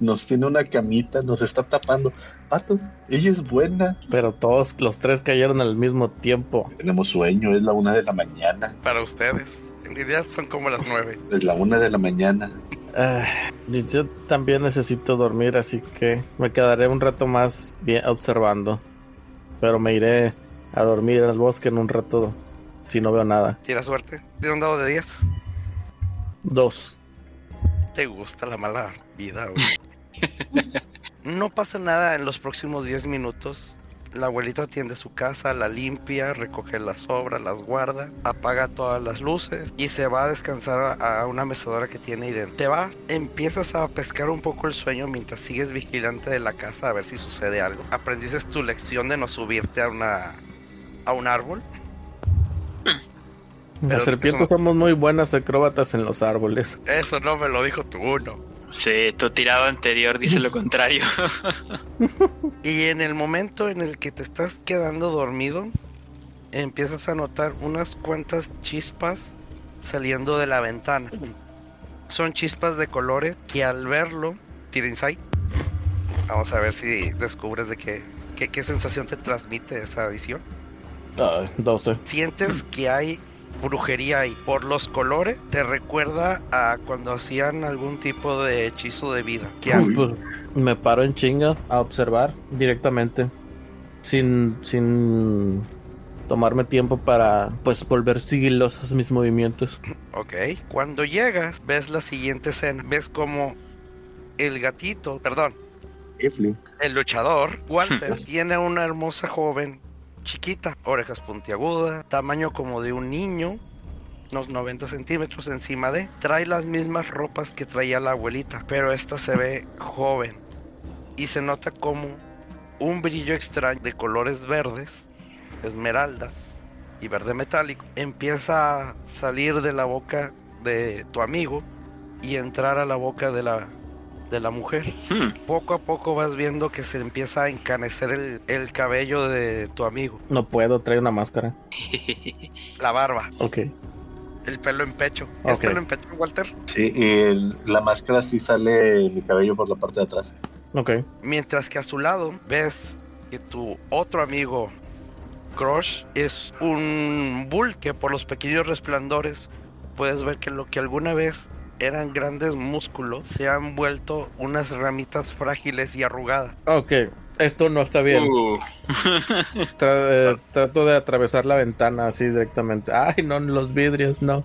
Speaker 1: nos tiene una camita, nos está tapando. Pato, ella es buena.
Speaker 4: Pero todos los tres cayeron al mismo tiempo.
Speaker 1: Tenemos sueño, es la una de la mañana.
Speaker 2: Para ustedes. En realidad son como las nueve.
Speaker 1: Es la una de la mañana.
Speaker 4: Ah, y yo también necesito dormir, así que me quedaré un rato más bien observando. Pero me iré a dormir al bosque en un rato si no veo nada.
Speaker 2: Tira suerte. Tira un dado de diez.
Speaker 4: Dos.
Speaker 2: Te gusta la mala vida, güey. no pasa nada en los próximos 10 minutos. La abuelita atiende su casa, la limpia, recoge las obras, las guarda, apaga todas las luces y se va a descansar a a una mecedora que tiene ahí dentro. Te vas, empiezas a pescar un poco el sueño mientras sigues vigilante de la casa a ver si sucede algo. Aprendiste tu lección de no subirte a una a un árbol. Pero
Speaker 4: Las serpientes
Speaker 2: eso
Speaker 4: somos muy buenas acróbatas en los árboles.
Speaker 2: Eso no me lo dijo tu uno.
Speaker 3: Sí, tu tirado anterior dice lo contrario.
Speaker 2: Y en el momento en el que te estás quedando dormido, empiezas a notar unas cuantas chispas saliendo de la ventana. Son chispas de colores que al verlo, tira insight. Vamos a ver si descubres de qué, qué, qué sensación te transmite esa visión.
Speaker 4: Ay, 12.
Speaker 2: Sientes que hay brujería ahí. Por los colores te recuerda a cuando hacían algún tipo de hechizo de vida. Que
Speaker 1: Uy.
Speaker 4: Pues, me paro en chinga a observar directamente. Sin, sin tomarme tiempo para pues volver sigilosos mis movimientos.
Speaker 2: Ok. Cuando llegas, ves la siguiente escena. Ves como el gatito, perdón,
Speaker 1: Ifling.
Speaker 2: el luchador, Walter,
Speaker 1: Sí.
Speaker 2: tiene una hermosa joven chiquita, orejas puntiagudas, tamaño como de un niño, unos 90 centímetros encima de. Trae las mismas ropas que traía la abuelita, pero esta se ve joven y se nota como un brillo extraño de colores verdes, esmeralda y verde metálico, empieza a salir de la boca de tu amigo y entrar a la boca de la, de la mujer
Speaker 3: Hmm.
Speaker 2: poco a poco vas viendo que se empieza a encanecer el, el cabello de tu amigo,
Speaker 4: No puedo, trae una máscara.
Speaker 2: la barba,
Speaker 4: Ok.
Speaker 2: el pelo en pecho. ¿Es
Speaker 4: Ok.
Speaker 2: pelo en pecho, Walter?
Speaker 1: Sí, y el- la máscara sí sale mi cabello por la parte de atrás.
Speaker 4: Ok.
Speaker 2: Mientras que a su lado ves que tu otro amigo, Crush, es un bull que por los pequeños resplandores puedes ver que lo que alguna vez eran grandes músculos se han vuelto unas ramitas frágiles y arrugadas.
Speaker 4: Ok. Esto no está bien.
Speaker 3: Uh.
Speaker 4: Tra- eh, trato de atravesar la ventana así directamente. Ay, no, los vidrios, no.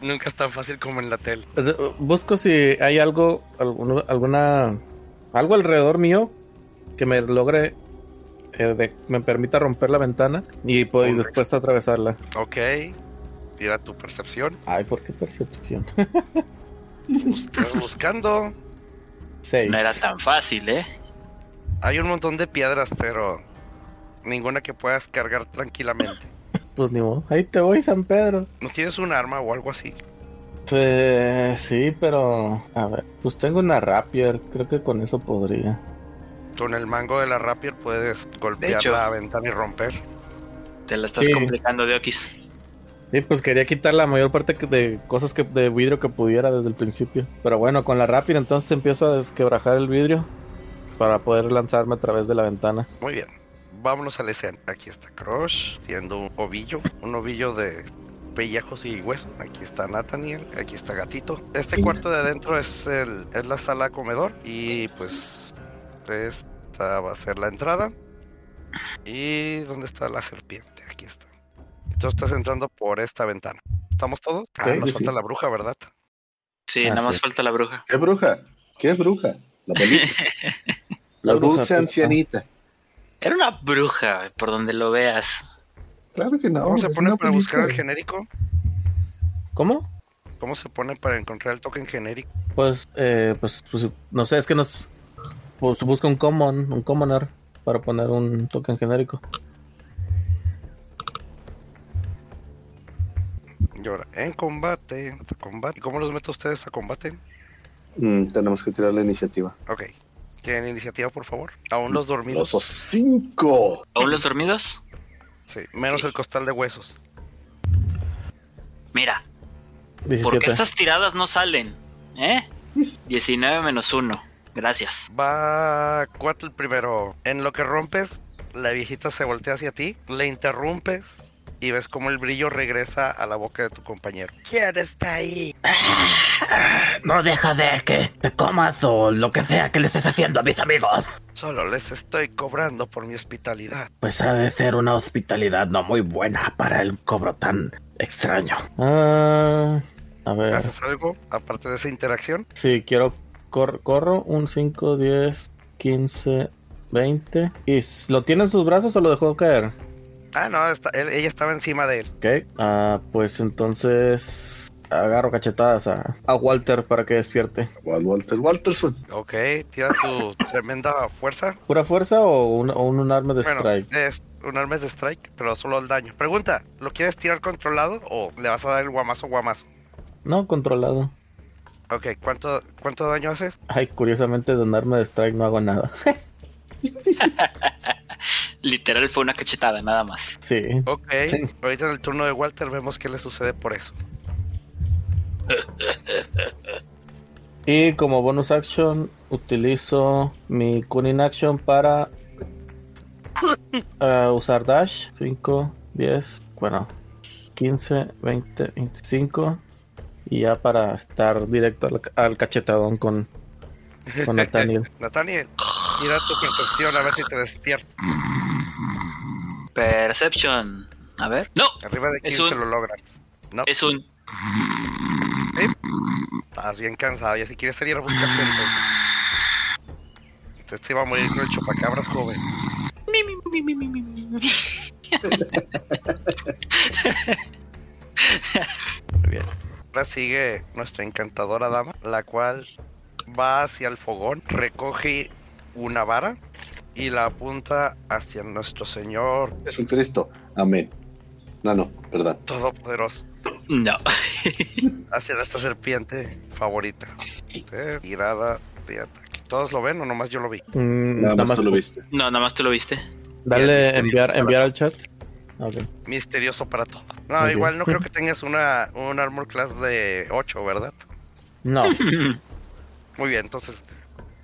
Speaker 2: Nunca es tan fácil como en la tele.
Speaker 4: Eh, Busco si hay algo, alguno- alguna, algo alrededor mío que me logre, eh, de- me permita romper la ventana y, po- y
Speaker 2: Hombre.
Speaker 4: después atravesarla.
Speaker 2: Ok, tira tu percepción.
Speaker 4: Ay, ¿por qué percepción?
Speaker 2: Estás buscando.
Speaker 4: Seis.
Speaker 3: No era tan fácil, ¿eh?
Speaker 2: Hay un montón de piedras, pero ninguna que puedas cargar tranquilamente.
Speaker 4: Pues ni modo. Ahí te voy, San Pedro.
Speaker 2: ¿No tienes un arma o algo así?
Speaker 4: Eh, sí, pero a ver, pues tengo una rapier. Creo que con eso podría.
Speaker 2: Con el mango de la rapier puedes golpear
Speaker 3: De hecho.
Speaker 2: la ventana y romper.
Speaker 3: Te la estás
Speaker 4: Sí.
Speaker 3: complicando, Deokis.
Speaker 4: Sí, pues quería quitar la mayor parte que- de cosas que, de vidrio que pudiera desde el principio. Pero bueno, con la rápida entonces empiezo a desquebrajar el vidrio para poder lanzarme a través de la ventana.
Speaker 2: Muy bien. Vámonos al escena. Aquí está Crush, siendo un ovillo, un ovillo de pellejos y hueso. Aquí está Nathaniel, aquí está Gatito. Este cuarto de adentro es, el, es la sala comedor y pues esta va a ser la entrada. ¿Y dónde está la serpiente? Aquí está. Entonces estás entrando por esta ventana. ¿Estamos todos? Ah,
Speaker 4: Sí,
Speaker 2: nos
Speaker 1: sí,
Speaker 2: falta
Speaker 1: pues sí.
Speaker 2: la bruja, ¿verdad?
Speaker 3: Sí,
Speaker 4: Ah,
Speaker 3: nada más
Speaker 4: sí.
Speaker 3: falta la bruja.
Speaker 1: ¿Qué bruja? ¿Qué bruja? La película. La
Speaker 4: La bruja,
Speaker 1: dulce
Speaker 4: pues,
Speaker 1: ancianita.
Speaker 3: Era una bruja, por donde lo veas.
Speaker 1: Claro que no.
Speaker 2: ¿Cómo se
Speaker 1: es
Speaker 2: pone
Speaker 1: una
Speaker 2: para buscar el
Speaker 1: película.
Speaker 2: genérico?
Speaker 4: ¿Cómo?
Speaker 2: ¿Cómo se pone para encontrar el token genérico?
Speaker 4: Pues, eh, pues, pues, no sé, es que nos pues, busca un common, un commoner para poner un token genérico.
Speaker 2: Y ahora, en combate, combate. ¿Y cómo los mete ustedes a combate?
Speaker 1: Mm, tenemos que tirar la iniciativa.
Speaker 2: Ok. ¿Tienen iniciativa, por favor? Aún los dormidos.
Speaker 1: Los cinco.
Speaker 3: ¿Aún los dormidos?
Speaker 2: Sí, menos el costal de huesos.
Speaker 3: Mira, porque
Speaker 4: 17.
Speaker 3: estas tiradas no salen, ¿eh? 19 menos 1. Gracias.
Speaker 2: Va Cuatl primero. En lo que rompes, la viejita se voltea hacia ti, le interrumpes y ves cómo el brillo regresa a la boca de tu compañero. ¿Quién está ahí?
Speaker 5: No deja de que te comas o lo que sea que le estés haciendo a mis amigos.
Speaker 2: Solo les estoy cobrando por mi hospitalidad.
Speaker 5: Pues ha de ser una hospitalidad no muy buena para el cobro tan extraño.
Speaker 4: Ah, a ver,
Speaker 2: ¿Haces algo aparte de esa interacción?
Speaker 4: sí, quiero cor- corro un 5, 10, 15, 20. ¿Y s- lo tiene en sus brazos o lo dejó caer?
Speaker 2: Ah, no, está- él- ella estaba encima de él.
Speaker 4: Ok, ah, pues entonces agarro cachetadas a, a Walter para que despierte.
Speaker 1: Wal- Walter Walterson.
Speaker 2: Ok, tira tu tremenda fuerza.
Speaker 4: ¿Pura fuerza o un, o un, un arma de
Speaker 2: Bueno,
Speaker 4: strike?
Speaker 2: es un arma de strike, pero solo al daño. Pregunta, ¿lo quieres tirar controlado o le vas a dar el guamazo guamazo?
Speaker 4: No, controlado.
Speaker 2: Ok, ¿cuánto, cuánto daño haces?
Speaker 4: Ay, curiosamente de un arma de strike no hago nada.
Speaker 3: literal fue una cachetada, nada más.
Speaker 4: Sí.
Speaker 2: Ok, ahorita en el turno de Walter vemos qué le sucede por eso.
Speaker 4: Y como bonus action, utilizo mi Kunin Action para eh, usar Dash. 5, 10, bueno, 15, 20, 25. Y ya para estar directo al, al cachetadón con, con Nathaniel.
Speaker 2: Nathaniel, mira tu percepción a ver si te despierta.
Speaker 3: Perception. A ver. No,
Speaker 2: Arriba de
Speaker 3: Es
Speaker 2: 15
Speaker 3: un-
Speaker 2: lo logras. No,
Speaker 3: es un.
Speaker 2: estás bien cansado. Ya si quieres salir a buscar Este gente. Usted se iba a morir con el chupacabras, joven.
Speaker 3: mi, mi, mi, mi, mi, mi, mi.
Speaker 2: Muy bien. Ahora sigue nuestra encantadora dama, la cual va hacia el fogón, recoge una vara y la apunta hacia nuestro Señor
Speaker 1: Jesucristo. Amén. No, no, perdón.
Speaker 2: Todopoderoso,
Speaker 3: No.
Speaker 2: hacia nuestra serpiente favorita. Eh, Tirada de ataque. ¿Todos lo ven o nomás yo lo vi?
Speaker 4: Mm,
Speaker 1: Nada, más tú lo viste.
Speaker 3: No, nada más tú lo viste.
Speaker 4: Dale enviar, enviar al chat. Ok.
Speaker 2: Misterioso para todos. No,
Speaker 4: Ok.
Speaker 2: igual no creo que tengas una un armor class de 8, ¿verdad?
Speaker 4: No.
Speaker 2: Muy bien, entonces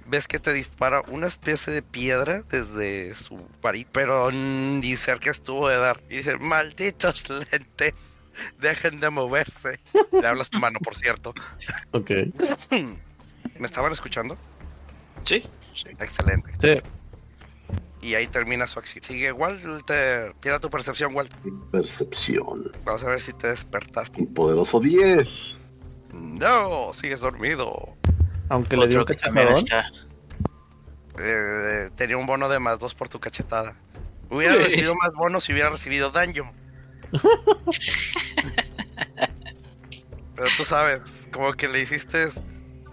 Speaker 2: ves que te dispara una especie de piedra desde su varita, pero ni cerca estuvo de dar. Y dice, malditos lentes, dejen de moverse. Le hablas tu mano, por cierto.
Speaker 4: Ok.
Speaker 2: ¿Me estaban escuchando?
Speaker 3: Sí.
Speaker 2: Excelente.
Speaker 4: Sí.
Speaker 2: Y ahí termina su acción. Sigue Walter, tira tu percepción, Walter.
Speaker 1: Percepción.
Speaker 2: Vamos a ver si te despertaste.
Speaker 1: Un poderoso 10.
Speaker 2: No, sigues dormido.
Speaker 4: Aunque le dio
Speaker 3: Otro
Speaker 4: un
Speaker 3: que también
Speaker 4: cachetadón.
Speaker 3: está.
Speaker 2: Eh, tenía un bono de más dos por tu cachetada. Hubiera recibido más bonos si hubiera recibido daño. Pero tú sabes, como que le hiciste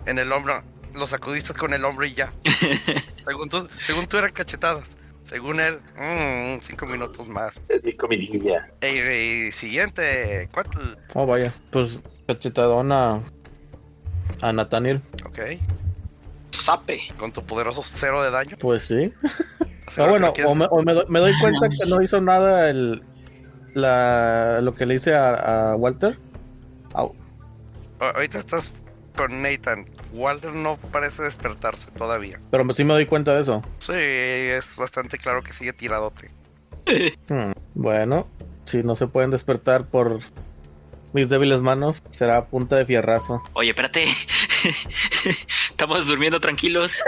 Speaker 2: en el hombro, lo sacudiste con el hombro y ya. Según tú, según tú eran cachetadas. Según él, mm, cinco minutos más.
Speaker 1: Es mi comidilla.
Speaker 2: Ey, ey, siguiente, Cuatl.
Speaker 4: Oh, vaya. Pues cachetadón a, a Nathaniel.
Speaker 2: Ok,
Speaker 3: Sape.
Speaker 2: con tu poderoso cero de daño.
Speaker 4: Pues sí. Ah,
Speaker 2: Seguro
Speaker 4: bueno,
Speaker 2: que quieres-
Speaker 4: o me, o me doy, me doy cuenta que no hizo nada el, la, lo que le hice a, a Walter. Au.
Speaker 2: a- Ahorita estás con Nathan. Walter no parece despertarse todavía.
Speaker 4: Pero sí me doy cuenta de eso.
Speaker 2: Sí, es bastante claro que sigue tiradote.
Speaker 4: Hmm. Bueno, si no se pueden despertar por mis débiles manos, será a punta de fierrazo.
Speaker 3: Oye, espérate. Estamos durmiendo tranquilos.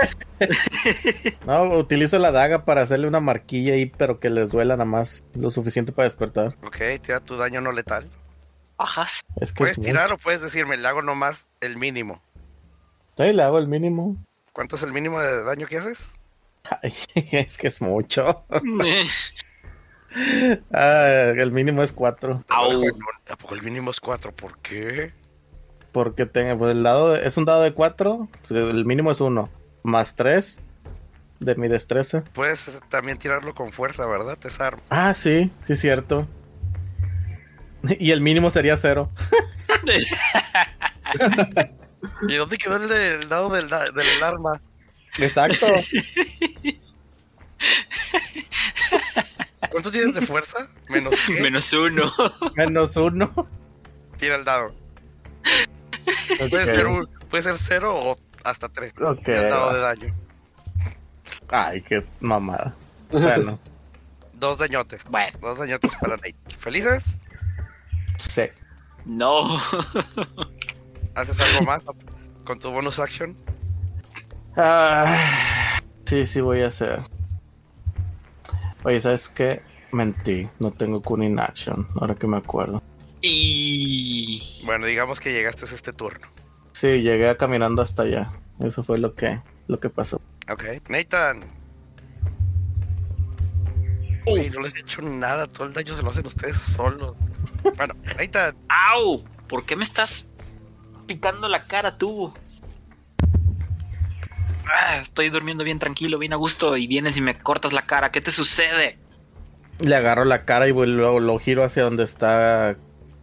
Speaker 4: No, utilizo la daga para hacerle una marquilla ahí, pero que les duela nada más lo suficiente para despertar.
Speaker 2: Ok, tira tu daño no letal.
Speaker 3: Bajas.
Speaker 4: Es que
Speaker 2: Puedes
Speaker 4: es
Speaker 2: tirar
Speaker 4: Pues mucho.
Speaker 2: o puedes decirme, le hago nomás el mínimo.
Speaker 4: Sí, le hago el mínimo.
Speaker 2: ¿Cuánto es el mínimo de daño que haces?
Speaker 4: Ay, es que es mucho. Ah, el mínimo es 4.
Speaker 2: Te lo
Speaker 3: Au.
Speaker 2: dejo en un- ¿A poco el mínimo es 4? ¿Por qué?
Speaker 4: Porque tengo, pues el dado de- es un dado de 4, el mínimo es 1, más 3 de mi destreza.
Speaker 2: Puedes eh, también tirarlo con fuerza, ¿verdad? Esa arma.
Speaker 4: Ah, sí, sí, cierto. Y el mínimo sería 0.
Speaker 2: ¿Y dónde quedó el, de- el dado del, da- del arma?
Speaker 4: Exacto.
Speaker 2: ¿Cuánto tienes de fuerza? Menos qué?
Speaker 3: Menos uno.
Speaker 4: Menos 1.
Speaker 2: Tira el dado. Puede ser, un- puede ser 0 o hasta 3.
Speaker 4: Ok.
Speaker 2: El dado de daño.
Speaker 4: Ay, qué mamada. Bueno,
Speaker 2: Dos dañotes.
Speaker 3: Bueno,
Speaker 2: Dos dañotes para Nate. ¿Felices?
Speaker 4: sí.
Speaker 3: no.
Speaker 2: ¿Haces algo más con tu bonus action?
Speaker 4: Ah, sí, sí, voy a hacer. Oye, ¿sabes qué? Mentí, no tengo Kunin Action, ahora que me acuerdo.
Speaker 3: Y.
Speaker 2: Bueno, digamos que llegaste a este turno.
Speaker 4: Sí, llegué caminando hasta allá. Eso fue lo que, lo que pasó.
Speaker 2: Ok. Nathan. Uy, no les he hecho nada. Todo el daño se lo hacen ustedes solos. Bueno, Nathan.
Speaker 3: ¡Au! ¿Por qué me estás picando la cara tú? Ah, estoy durmiendo bien tranquilo, bien a gusto, y vienes y me cortas la cara. ¿Qué te sucede?
Speaker 4: Le agarro la cara y voy- lo, lo giro hacia donde está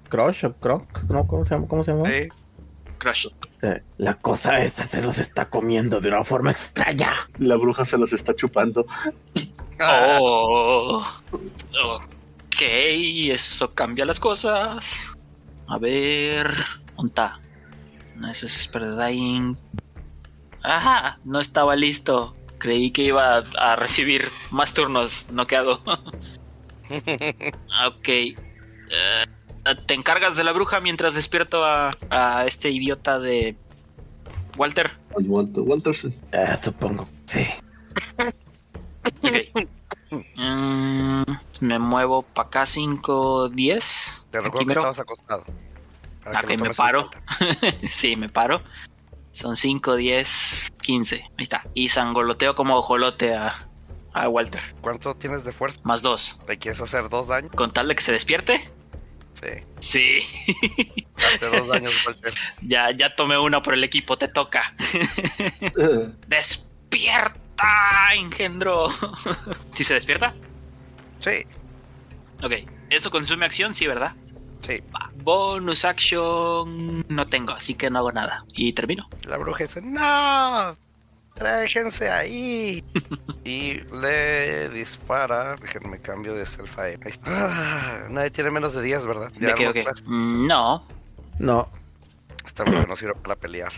Speaker 4: Crush o Croc. No, ¿cómo se llama? ¿Cómo se llama?
Speaker 2: Sí.
Speaker 3: Crush.
Speaker 4: Eh,
Speaker 5: La cosa esa se los está comiendo de una forma extraña.
Speaker 1: La bruja se los está chupando.
Speaker 2: Ah,
Speaker 3: Oh, ok, eso cambia las cosas. A ver, ¿onta? No, eso es Spare Dying. Ajá, no estaba listo. Creí que iba a, a recibir más turnos noqueado. ok, eh, te encargas de la bruja mientras despierto a, a este idiota de Walter.
Speaker 1: Walter, Walterson.
Speaker 5: Ah, supongo. Sí.
Speaker 3: Ok. Mm, me muevo para acá 5, 10.
Speaker 2: te recuerdo que
Speaker 3: Primero.
Speaker 2: estabas acostado. Para
Speaker 3: Ok,
Speaker 2: que lo
Speaker 3: me
Speaker 2: tomes en
Speaker 3: paro.
Speaker 2: cuenta.
Speaker 3: sí, me paro. Son 5, 10, 15. Ahí está. Y zangoloteo como ojolote a, a Walter.
Speaker 2: ¿Cuánto tienes de fuerza?
Speaker 3: Más 2.
Speaker 2: ¿Le quieres hacer dos daños?
Speaker 3: Con tal de que se despierte.
Speaker 2: Sí.
Speaker 3: Sí.
Speaker 2: Hazte dos daños, Walter.
Speaker 3: ya, ya tomé uno por el equipo. Te toca. ¡Despierta, engendro! ¿Sí se despierta?
Speaker 2: Sí,
Speaker 3: Ok. Eso consume acción, sí, ¿verdad?
Speaker 2: sí.
Speaker 3: Va. Bonus action no tengo, así que no hago nada. Y termino.
Speaker 2: La bruja dice, ¡No! ¡Tráigense ahí! y le dispara. Déjenme cambio de self a él. Ahí está. Ah, nadie tiene menos de 10, ¿verdad?
Speaker 3: ¿De qué
Speaker 2: lo
Speaker 3: o qué?
Speaker 2: clase-
Speaker 3: Mm, No.
Speaker 4: No,
Speaker 2: Esta bruja no sirve para pelear.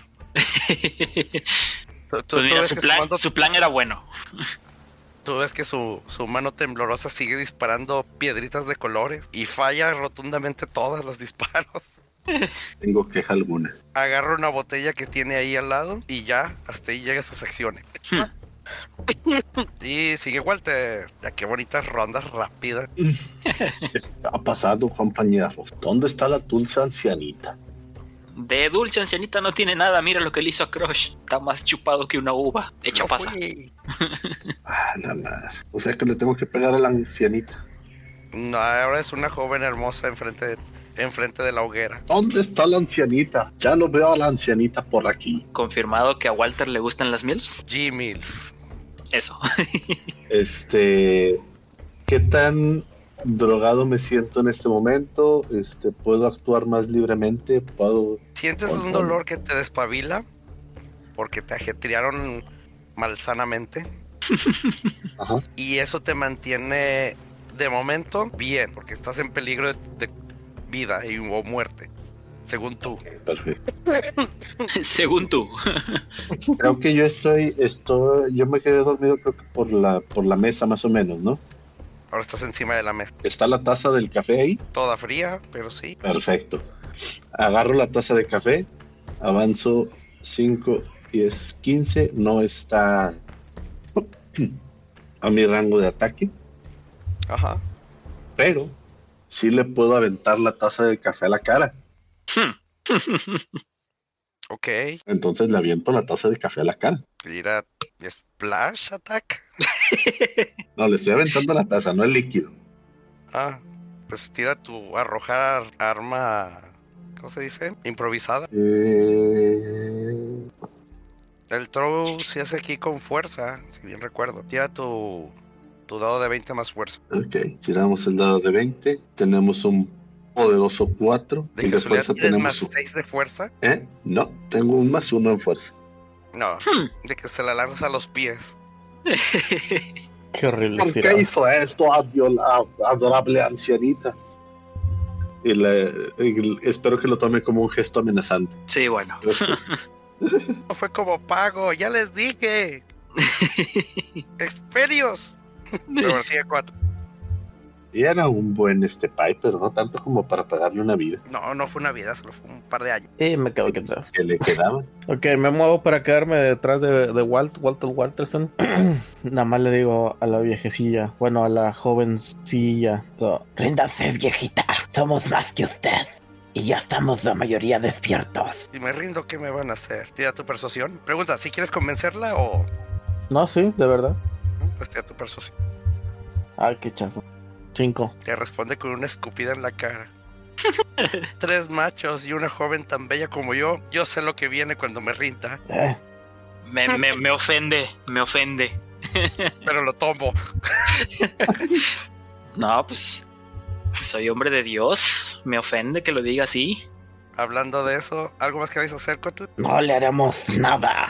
Speaker 2: Tú, tú-
Speaker 3: pues
Speaker 2: tú
Speaker 3: mira,
Speaker 2: ves
Speaker 3: su
Speaker 2: que
Speaker 3: plan,
Speaker 2: cuando-
Speaker 3: su plan era bueno.
Speaker 2: tú ves que su, su mano temblorosa sigue disparando piedritas de colores y falla rotundamente todos los disparos.
Speaker 1: Tengo queja alguna.
Speaker 2: Agarra una botella que tiene ahí al lado y ya, hasta ahí llega sus acciones.
Speaker 3: Hmm.
Speaker 2: y sigue Walter. Ya qué bonitas rondas rápidas.
Speaker 1: Ha pasado, compañeros. ¿Dónde está la dulce ancianita?
Speaker 3: De dulce ancianita no tiene nada, mira lo que le hizo a Crush. Está más chupado que una uva. Hecha
Speaker 2: No pues,
Speaker 3: pasa.
Speaker 2: fui.
Speaker 1: Ah, la madre. O sea que le tengo que pegar a la ancianita.
Speaker 2: No, ahora es una joven hermosa enfrente de, enfrente de la hoguera.
Speaker 1: ¿Dónde está la ancianita? Ya no veo a la ancianita por aquí.
Speaker 3: Confirmado que a Walter le gustan las MILFs.
Speaker 2: Jimmy.
Speaker 3: Eso.
Speaker 1: Este. ¿Qué tan drogado me siento en este momento? Este, ¿Puedo actuar más libremente? ¿Puedo.?
Speaker 2: Sientes un dolor que te despabila porque te ajetrearon malsanamente
Speaker 1: Ajá.
Speaker 2: y eso te mantiene de momento bien porque estás en peligro de, de vida y, o muerte, según tú.
Speaker 1: Perfecto.
Speaker 3: Según tú.
Speaker 1: Creo que yo estoy, estoy. Yo me quedé dormido, creo que por la, por la mesa, más o menos, ¿no?
Speaker 2: Ahora estás encima de la mesa,
Speaker 1: ¿Está la taza del café ahí?
Speaker 2: toda fría, pero sí.
Speaker 1: Perfecto. Agarro la taza de café, avanzo 5, 10, 15. No está a mi rango de ataque,
Speaker 2: Ajá.
Speaker 1: pero sí le puedo aventar la taza de café a la cara.
Speaker 2: Ok.
Speaker 1: Entonces le aviento la taza de café a la cara.
Speaker 2: Mira, splash attack.
Speaker 1: No, le estoy aventando la taza, no el líquido.
Speaker 2: Ah, pues tira tu arrojar arma, ¿cómo se dice? Improvisada.
Speaker 1: Eh,
Speaker 2: El throw se hace aquí con fuerza, si bien recuerdo. Tira tu, tu dado de 20 más fuerza.
Speaker 1: ok, tiramos el dado de 20. Tenemos un poderoso 4.
Speaker 2: De
Speaker 1: y de
Speaker 2: casualidad
Speaker 1: fuerza
Speaker 2: tienes más
Speaker 1: tenemos. un-
Speaker 2: 6 de fuerza.
Speaker 1: ¿Eh? No, tengo un más uno en fuerza.
Speaker 2: No, de que se la lanzas a los pies.
Speaker 4: qué horrible
Speaker 1: ¿Por
Speaker 4: estirado.
Speaker 1: qué hizo esto, adiol- a- adorable ancianita? Y le- y espero que lo tome como un gesto amenazante.
Speaker 3: Sí, bueno.
Speaker 2: No fue como pago, ya les dije. Experios. Pero bueno, sigue 4.
Speaker 1: y era un buen este pai, pero no tanto como para pagarle una vida
Speaker 2: No, no fue una vida, solo fue un par de años.
Speaker 4: Y me quedo aquí atrás.
Speaker 1: que le quedaba.
Speaker 4: Ok, me muevo para quedarme detrás de, de Walt, Walter Walterson. Nada más le digo a la viejecilla, bueno, a la jovencilla. lo-
Speaker 5: Ríndase, viejita. Somos más que usted. Y ya estamos la mayoría despiertos.
Speaker 2: Si me rindo, ¿qué me van a hacer? Tira tu persuasión. Pregunta, ¿si quieres convencerla o
Speaker 4: No, sí, de verdad.
Speaker 2: pues tira tu persuasión?
Speaker 4: Ay, qué chafo. Cinco.
Speaker 2: Le responde con una escupida en la cara. Tres machos y una joven tan bella como yo. Yo sé lo que viene cuando me rinda,
Speaker 4: Eh,
Speaker 3: Me, me- me ofende, me ofende.
Speaker 2: pero lo tomo.
Speaker 3: No, pues. Soy hombre de Dios. Me ofende que lo diga así.
Speaker 2: Hablando de eso, ¿algo más que vais a hacer, Cotl?
Speaker 5: No le haremos nada.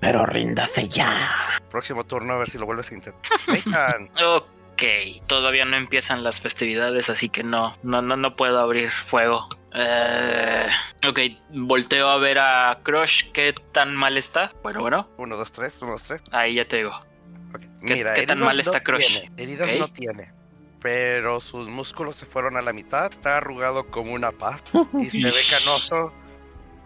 Speaker 5: Pero ríndase ya.
Speaker 2: próximo turno a ver si lo vuelves a intentar. Nathan,
Speaker 3: Ok, todavía no empiezan las festividades, así que no, no, no, no puedo abrir fuego. Eh, ok, volteo a ver a Crush, ¿qué tan mal está? Bueno, bueno,
Speaker 2: uno, dos, tres, uno, dos, tres.
Speaker 3: ahí ya te digo.
Speaker 2: Ok,
Speaker 3: ¿Qué-
Speaker 2: Mira,
Speaker 3: qué tan
Speaker 2: heridas
Speaker 3: mal
Speaker 2: no
Speaker 3: está Crush?
Speaker 2: tiene, Heridas
Speaker 3: Ok.
Speaker 2: no tiene. Pero sus músculos se fueron a la mitad. Está arrugado como una pasta. Y se ve canoso.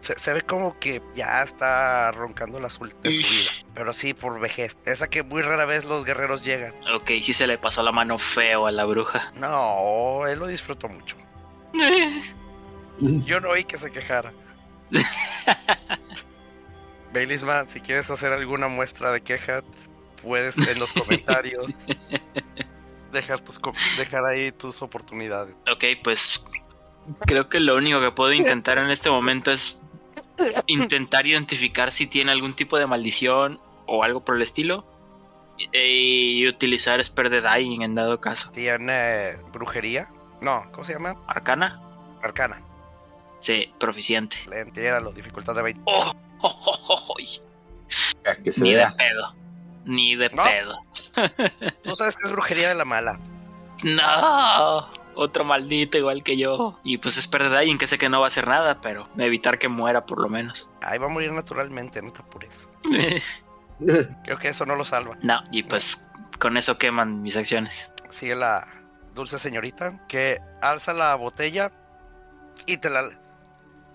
Speaker 2: Se, se ve como que ya está roncando el azul de su vida. Pero sí, por vejez. Esa que muy rara vez los guerreros llegan.
Speaker 3: Ok, sí se le pasó la mano feo a la bruja.
Speaker 2: No, él lo disfrutó mucho. Yo no oí que se quejara. Bailisman, si quieres hacer alguna muestra de queja, puedes en los comentarios dejar, tus co- dejar ahí tus oportunidades.
Speaker 3: Ok, pues creo que lo único que puedo intentar en este momento es intentar identificar si tiene algún tipo de maldición o algo por el estilo y, y utilizar Spare the Dying en dado caso.
Speaker 2: Tiene brujería. No, ¿cómo se llama?
Speaker 3: ¿Arcana?
Speaker 2: Arcana.
Speaker 3: Sí, proficiente.
Speaker 2: Le entieralo, dificultad de 20.
Speaker 3: ¡Oh! ¡Oh, oh, oh, oh!
Speaker 1: A que se
Speaker 3: Ni de
Speaker 1: vea.
Speaker 3: pedo. Ni de
Speaker 2: ¿No?
Speaker 3: pedo.
Speaker 2: Tú sabes que es brujería de la mala.
Speaker 3: ¡No! Otro maldito igual que yo. Y pues Spare the Dying, que sé que no va a hacer nada, pero evitar que muera por lo menos.
Speaker 2: Ahí va a morir naturalmente, no te apures. Creo que eso no lo salva.
Speaker 3: No, y pues con eso queman mis acciones.
Speaker 2: sigue la dulce señorita que alza la botella y te la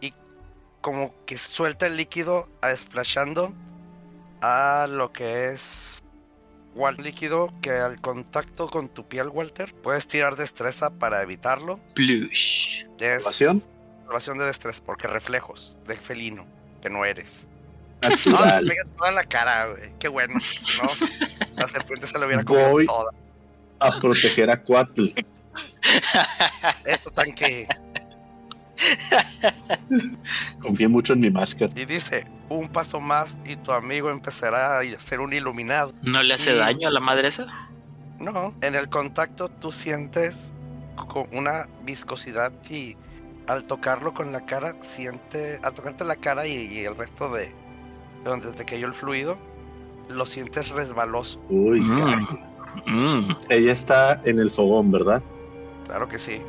Speaker 2: y como que suelta el líquido a desplazando a lo que es Wal- líquido que al contacto con tu piel Walter puedes tirar destreza para evitarlo
Speaker 3: Plush.
Speaker 2: es
Speaker 1: Salvación
Speaker 2: salvación de destreza porque reflejos de felino que no eres no te
Speaker 1: natural.
Speaker 2: pega toda la cara güey. qué bueno no la serpiente se lo hubiera
Speaker 1: Voy.
Speaker 2: comido toda
Speaker 1: A proteger a Cuatl.
Speaker 2: esto tanque
Speaker 1: Confié mucho en mi máscara.
Speaker 2: Y dice, un paso más y tu amigo empezará a ser un iluminado.
Speaker 3: ¿No le hace
Speaker 2: Y-
Speaker 3: daño a la madre esa?
Speaker 2: No, en el contacto tú sientes con una viscosidad y al tocarlo con la cara, siente, al tocarte la cara y, y el resto de de donde te cayó el fluido, lo sientes resbaloso.
Speaker 1: Uy,
Speaker 3: Mm.
Speaker 1: carajo.
Speaker 3: Mm,
Speaker 1: Ella está en el fogón, ¿verdad?
Speaker 2: Claro que sí.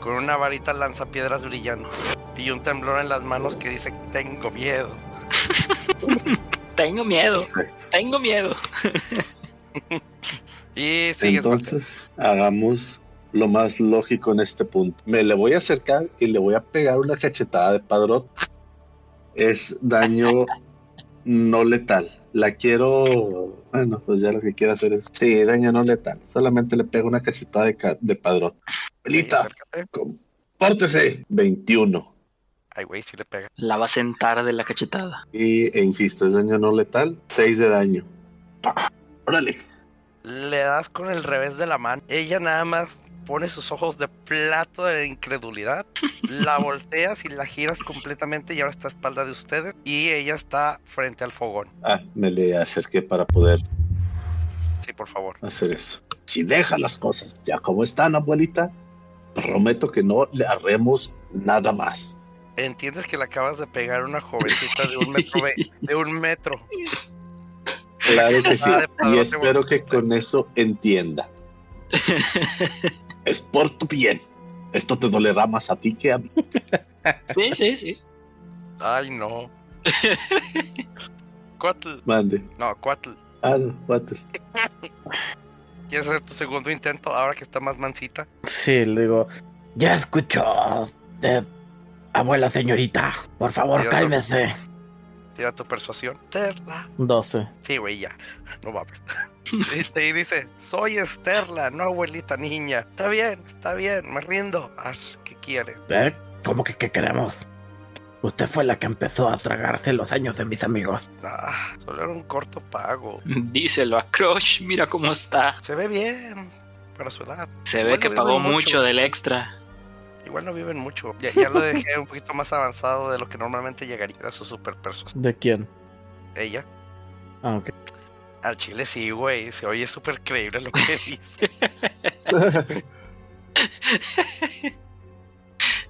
Speaker 2: Con una varita lanza piedras brillantes y un temblor en las manos que dice, tengo miedo.
Speaker 3: Tengo miedo,
Speaker 1: Perfecto.
Speaker 3: tengo miedo.
Speaker 2: Y sigues. Walter.
Speaker 1: Entonces, hagamos lo más lógico en este punto. Me le voy a acercar y le voy a pegar una cachetada de padrot. Es daño no letal. La quiero. Bueno, pues ya lo que quiero hacer es. Sí, daño no letal. Solamente le pego una cachetada de, ca- de padrot. Pelita,
Speaker 2: Acércate.
Speaker 1: compórtese. 21.
Speaker 2: Ay, güey, si le pega.
Speaker 3: La va a sentar de la cachetada.
Speaker 1: Y, e insisto, es daño no letal. 6 de daño. Pa, Órale.
Speaker 2: Le das con el revés de la mano. Ella nada más pone sus ojos de plato de incredulidad. La volteas y la giras completamente y ahora está a espalda de ustedes. Y ella está frente al fogón.
Speaker 1: Ah, me le acerqué para poder
Speaker 2: Sí, por favor.
Speaker 1: hacer eso. Si deja las cosas ya como están, abuelita, prometo que no le haremos nada más.
Speaker 2: Entiendes que le acabas de pegar a una jovencita de un metro. ve- de un metro.
Speaker 1: Claro que sí.
Speaker 2: Ah, de padrón
Speaker 1: Y
Speaker 2: de
Speaker 1: espero que con eso entienda. Es por tu bien. Esto te dolerá más a ti que a mí.
Speaker 3: Sí, sí, sí.
Speaker 2: Ay, no. Cuatl.
Speaker 1: Mande.
Speaker 2: No, Cuatl.
Speaker 1: Ah, no, cuatro.
Speaker 2: ¿Quieres hacer tu segundo intento ahora que está más mansita?
Speaker 4: Sí, le digo,
Speaker 5: Ya escuchó, eh, abuela señorita. Por favor,
Speaker 2: Yo no-
Speaker 5: cálmese.
Speaker 2: Tira tu persuasión. Terla.
Speaker 4: 12.
Speaker 2: Sí, güey, ya. No mames. Este, y dice, soy Esterla, no abuelita niña. Está bien, está bien, me rindo. Haz que quieres.
Speaker 5: ¿Eh? ¿Cómo que qué queremos? Usted fue la que empezó a tragarse los años de mis amigos.
Speaker 2: Ah, solo era un corto pago.
Speaker 3: Díselo a Crush, mira cómo está.
Speaker 2: Se ve bien para su edad.
Speaker 3: Se ve
Speaker 2: Bueno,
Speaker 3: que
Speaker 2: viven
Speaker 3: pagó
Speaker 2: mucho.
Speaker 3: mucho del extra.
Speaker 2: Igual no viven mucho. Ya, ya lo dejé un poquito más avanzado de lo que normalmente llegaría a su super persuasión.
Speaker 4: ¿De quién?
Speaker 2: Ella.
Speaker 4: Ah, ok.
Speaker 2: Al chile sí, güey. Se oye súper creíble lo que dice.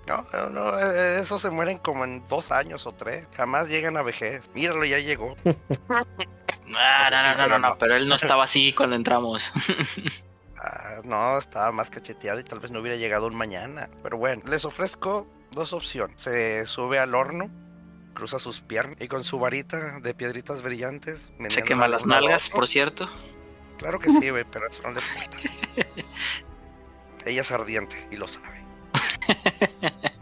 Speaker 2: No, no, no, eh, esos se mueren como en dos años o tres. Jamás llegan a vejez. Míralo, ya llegó.
Speaker 3: Ah,
Speaker 2: No sé si
Speaker 3: no, no, no,
Speaker 2: pero
Speaker 3: no, no,
Speaker 2: no.
Speaker 3: pero él no estaba así cuando entramos.
Speaker 2: Ah, no, estaba más cacheteado y tal vez no hubiera llegado un mañana. Pero bueno, les ofrezco dos opciones. Se sube al horno, cruza sus piernas y con su varita de piedritas brillantes...
Speaker 3: Se
Speaker 2: meneándola
Speaker 3: quema
Speaker 2: de
Speaker 3: las
Speaker 2: un lado a
Speaker 3: nalgas,
Speaker 2: otro.
Speaker 3: por cierto.
Speaker 2: Claro que sí, güey, pero eso no le importa. Ella es ardiente y lo sabe.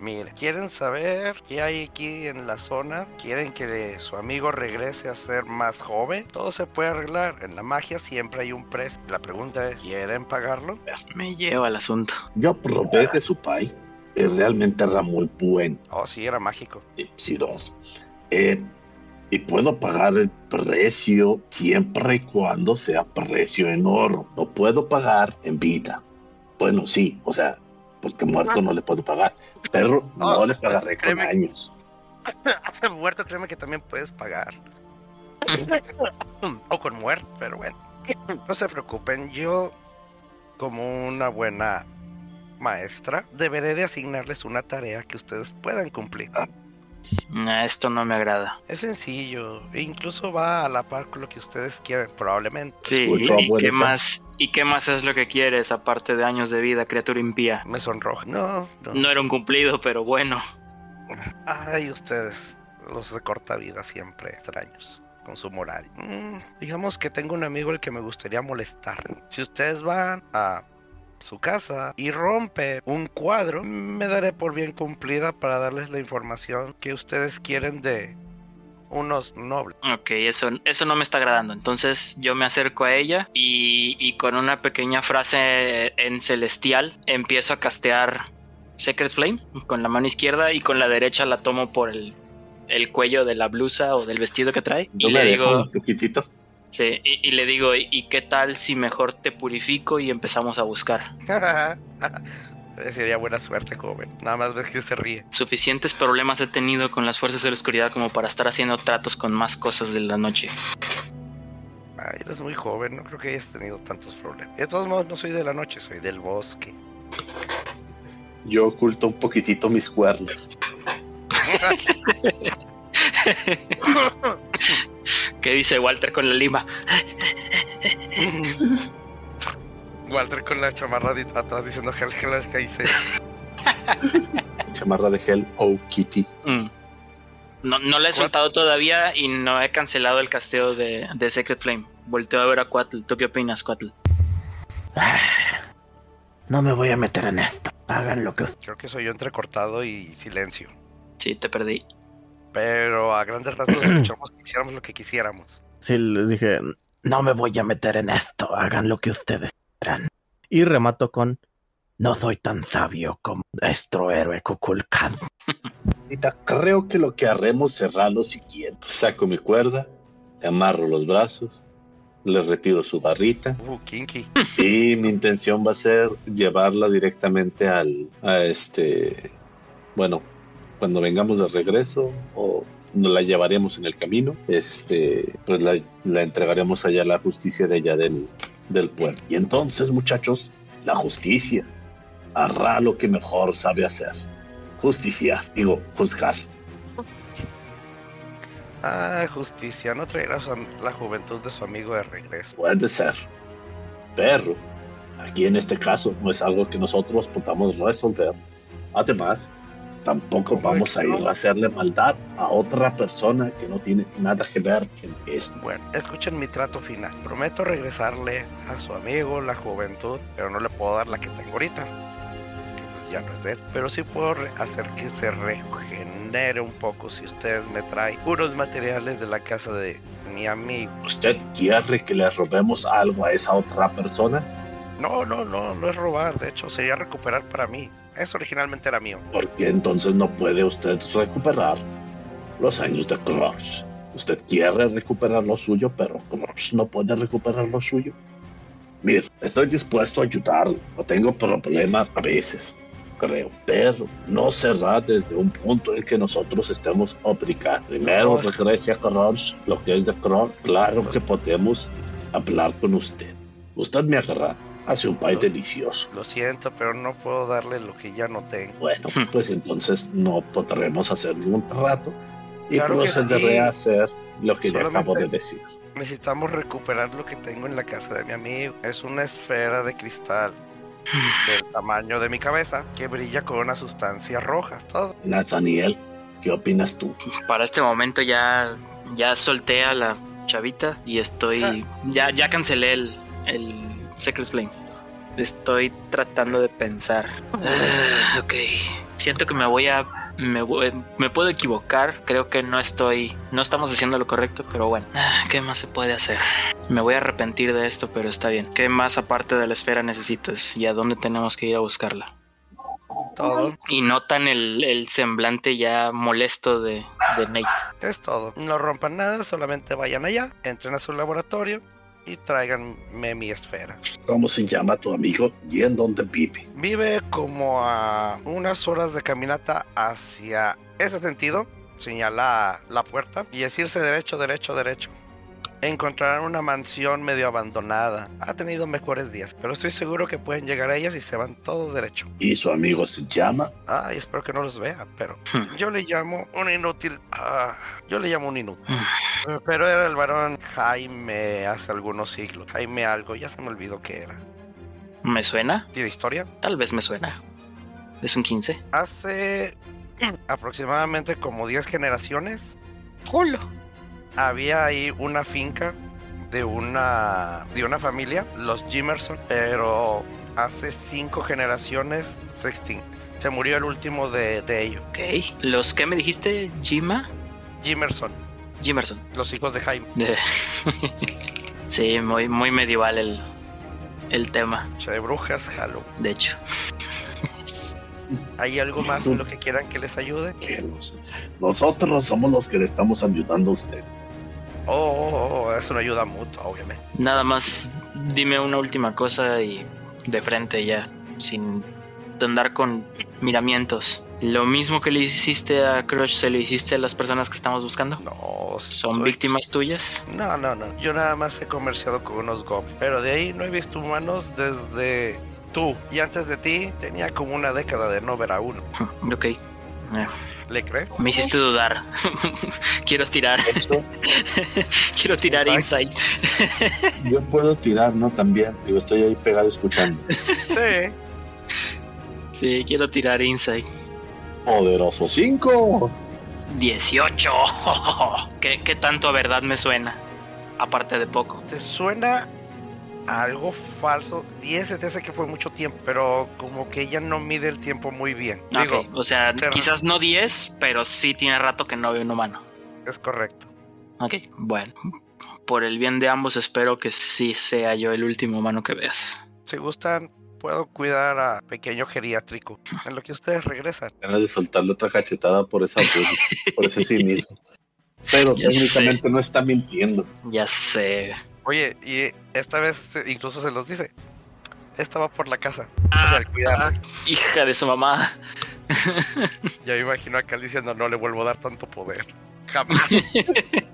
Speaker 2: Mire, quieren saber qué hay aquí en la zona, quieren que su amigo regrese a ser más joven. Todo se puede arreglar. En la magia siempre hay un precio. La pregunta es, ¿quieren pagarlo?
Speaker 3: Me lleva el asunto.
Speaker 1: Yo probé de su país. eh, Realmente era muy bueno.
Speaker 2: Oh, sí, era mágico.
Speaker 1: eh, Siros. Eh, y puedo pagar el precio siempre y cuando sea precio en oro. No puedo pagar en vida. Bueno, sí, o sea, porque muerto no le puedo pagar. Pero no,
Speaker 2: No,
Speaker 1: le pagaré con
Speaker 2: créeme.
Speaker 1: años.
Speaker 2: Muerto, créeme que también puedes pagar. o con muerte, pero bueno. No se preocupen, yo, como una buena maestra, deberé de asignarles una tarea que ustedes puedan cumplir.
Speaker 3: Nah, esto no me agrada.
Speaker 2: Es sencillo, e incluso va a la par con lo que ustedes quieren, probablemente.
Speaker 3: Sí,
Speaker 1: Escucho,
Speaker 3: ¿y
Speaker 1: abuelita.
Speaker 3: qué más? ¿Y qué más es lo que quieres aparte de años de vida, criatura impía?
Speaker 2: Me sonroja. No, no.
Speaker 3: No era un cumplido, pero bueno.
Speaker 2: Ay, ustedes, los de corta vida siempre extraños, con su moral. Mm, digamos que tengo un amigo al que me gustaría molestar. Si ustedes van a su casa y rompe un cuadro, me daré por bien cumplida para darles la información que ustedes quieren de unos nobles.
Speaker 3: Ok, eso, eso no me está agradando. Entonces yo me acerco a ella y, y con una pequeña frase en celestial empiezo a castear Secret Flame con la mano izquierda y con la derecha la tomo por el, el cuello de la blusa o del vestido que trae.
Speaker 1: Yo
Speaker 3: y
Speaker 1: me
Speaker 3: le
Speaker 1: dejo
Speaker 3: digo,
Speaker 1: un poquitito.
Speaker 3: sí, y, y le digo, ¿y y qué tal si mejor te purifico y empezamos a buscar?
Speaker 2: Sería buena suerte, joven. Nada más ves que se ríe.
Speaker 3: Suficientes problemas he tenido con las fuerzas de la oscuridad como para estar haciendo tratos con más cosas de la noche.
Speaker 2: Ay, eres muy joven, no creo que hayas tenido tantos problemas. De todos modos, no soy de la noche, soy del bosque.
Speaker 1: Yo oculto un poquitito mis cuernos.
Speaker 3: ¿Qué dice Walter con la lima?
Speaker 2: Walter con la chamarra di- atrás diciendo Hell Hell Hell, Hell, Hell".
Speaker 1: Chamarra de gel o kitty.
Speaker 3: Mm. No, no la he soltado todavía y no he cancelado el casteo de, de Secret Flame. Volteo a ver a Quattle. ¿Tú qué opinas, Quattle?
Speaker 5: No me voy a meter en esto. Hagan lo que ustedes.
Speaker 2: Creo que soy yo entrecortado y silencio.
Speaker 3: Sí, te perdí.
Speaker 2: Pero a grandes rasgos escuchamos que hiciéramos lo que quisiéramos.
Speaker 4: Sí, les dije,
Speaker 5: No me voy a meter en esto. Hagan lo que ustedes quieran.
Speaker 4: y remato con,
Speaker 5: No soy tan sabio como nuestro héroe Kukulkan.
Speaker 1: Ahorita Creo que lo que haremos será lo siguiente. Saco mi cuerda, le amarro los brazos, le retiro su barrita
Speaker 2: Uh, kinky.
Speaker 1: Y mi intención va a ser llevarla directamente al, a este, bueno, cuando vengamos de regreso o nos la llevaremos en el camino, este, pues la, la entregaremos allá a la justicia de allá del, del pueblo. Y entonces, muchachos, la justicia hará lo que mejor sabe hacer. Justiciar, digo, juzgar.
Speaker 2: Ah, justicia, no traerás a la juventud de su amigo de regreso.
Speaker 1: Puede ser. Pero aquí en este caso no es algo que nosotros podamos resolver. Además, tampoco
Speaker 2: ¿Cómo
Speaker 1: vamos a
Speaker 2: que no?
Speaker 1: ir a hacerle maldad a otra persona que no tiene nada que ver en esto.
Speaker 2: Bueno, escuchen mi trato final. Prometo regresarle a su amigo la juventud, pero no le puedo dar la que tengo ahorita. que pues Ya no es de él. Pero sí puedo re- hacer que se regenere un poco si ustedes me traen unos materiales de la casa de mi amigo.
Speaker 1: ¿Usted quiere que le robemos algo a esa otra persona?
Speaker 2: No, no, no, no es robar. De hecho, sería recuperar para mí. Eso originalmente era mío.
Speaker 1: Porque entonces no puede usted recuperar los años de Crush. Usted quiere recuperar lo suyo, pero Crush no puede recuperar lo suyo. Mira, estoy dispuesto a ayudarlo. No tengo problema a veces, creo. Pero no será desde un punto en que nosotros estemos obligados. Primero
Speaker 2: No.
Speaker 1: regrese a Crush, lo que es de Crush. Claro que podemos hablar con usted. Usted me agarra. Hace un país
Speaker 2: No.
Speaker 1: delicioso.
Speaker 2: Lo siento, pero no puedo darle lo que ya no tengo.
Speaker 1: Hmm. Bueno, pues entonces no podremos hacer ningún trato. Y
Speaker 2: Claro que
Speaker 1: procederé
Speaker 2: sí.
Speaker 1: a hacer lo que le acabo de
Speaker 2: Solamente-
Speaker 1: decir.
Speaker 2: Necesitamos recuperar lo que tengo en la casa de mi amigo. Es una esfera de cristal del tamaño de mi cabeza que brilla con una sustancia roja. Todo.
Speaker 1: Nathaniel, ¿qué opinas tú?
Speaker 3: Para este momento ya, ya solté a la chavita y estoy. Ya, ya cancelé el, el Secret Flame. Estoy tratando de pensar. Ah, ok. Siento que me voy a. Me, voy- me puedo equivocar. Creo que no estoy. No estamos haciendo lo correcto, pero bueno. Ah, ¿Qué más se puede hacer? Me voy a arrepentir de esto, pero está bien. ¿Qué más aparte de la esfera necesitas? ¿Y a dónde tenemos que ir a buscarla?
Speaker 2: Todo.
Speaker 3: Y notan el, el semblante ya molesto de, de Nate.
Speaker 2: Es todo. No rompan nada, solamente vayan allá, entren a su laboratorio y tráiganme mi esfera.
Speaker 1: ¿Cómo se llama tu amigo y en dónde vive?
Speaker 2: Vive como a unas horas de caminata hacia ese sentido. Señala la puerta y es irse derecho, derecho, derecho. Encontrarán una mansión medio abandonada. Ha tenido mejores días, pero estoy seguro que pueden llegar a ellas y se van todos derecho.
Speaker 1: Y su amigo se llama
Speaker 2: Ay, espero que no los vea, pero
Speaker 3: Hmm.
Speaker 2: yo le llamo un inútil. Ah, yo le llamo un inútil. Eh, Pero era el varón Jaime hace algunos siglos. Jaime algo, ya se me olvidó qué era.
Speaker 3: ¿Me suena?
Speaker 2: ¿Tiene historia?
Speaker 3: Tal vez me suena. ¿Es un 15?
Speaker 2: Hace aproximadamente como 10 generaciones
Speaker 3: ¡Jolo!
Speaker 2: había ahí una finca de una de una familia, los Jimerson, pero hace cinco generaciones se extin- Se murió el último de, de ellos,
Speaker 3: Ok. ¿Los que me dijiste? ¿Jima?
Speaker 2: Jimerson,
Speaker 3: Jimerson.
Speaker 2: los hijos de Jaime.
Speaker 3: De- sí, muy, muy medieval el, el tema,
Speaker 2: Noche de brujas, Halloween.
Speaker 3: de hecho.
Speaker 2: ¿Hay algo más en lo que quieran que les ayude?
Speaker 1: que nos- nosotros somos los que le estamos ayudando a usted.
Speaker 2: Oh, oh, oh, es una ayuda mutua, obviamente.
Speaker 3: Nada más, dime una última cosa y de frente ya, sin andar con miramientos. Lo mismo que le hiciste a Crush, ¿se lo hiciste a las personas que estamos buscando?
Speaker 2: No,
Speaker 3: ¿Son
Speaker 2: soy-
Speaker 3: víctimas tuyas?
Speaker 2: No, no, no. Yo nada más he comerciado con unos goblins. Pero de ahí no he visto humanos desde tú. Y antes de ti tenía como una década de no ver a uno.
Speaker 3: Ok. Eh,
Speaker 2: ¿Le crees?
Speaker 3: Me hiciste dudar. quiero tirar,
Speaker 1: De hecho,
Speaker 3: quiero tirar
Speaker 2: Ok.
Speaker 3: insight.
Speaker 1: yo puedo tirar, ¿no? También. Digo, estoy ahí pegado escuchando.
Speaker 2: Sí.
Speaker 3: Sí, quiero tirar insight.
Speaker 1: Poderoso 5.
Speaker 3: 18. ¿Qué, qué tanto a verdad me suena? Aparte de poco.
Speaker 2: ¿Te suena a algo falso? 10 se te hace que fue mucho tiempo. Pero como que ella no mide el tiempo muy bien. Digo,
Speaker 3: Ok, o sea,
Speaker 2: pero-
Speaker 3: quizás no 10, pero sí tiene rato que no veo un humano.
Speaker 2: es correcto.
Speaker 3: Ok, bueno. Por el bien de ambos, espero que sí sea yo el último humano que veas.
Speaker 2: Si gustan, puedo cuidar a pequeño geriátrico. En lo que ustedes regresan.
Speaker 1: Ganas de soltarle otra cachetada por esa por ese cinismo. Pero
Speaker 3: Ya
Speaker 1: técnicamente no está mintiendo.
Speaker 3: Ya sé.
Speaker 2: Oye, y esta vez eh, incluso se los dice. Esta va por la casa. O sea,
Speaker 3: Ah,
Speaker 2: al cuidarla.
Speaker 3: hija de su mamá.
Speaker 2: Ya me imagino a Cal diciendo, no le vuelvo a dar tanto poder. Jamás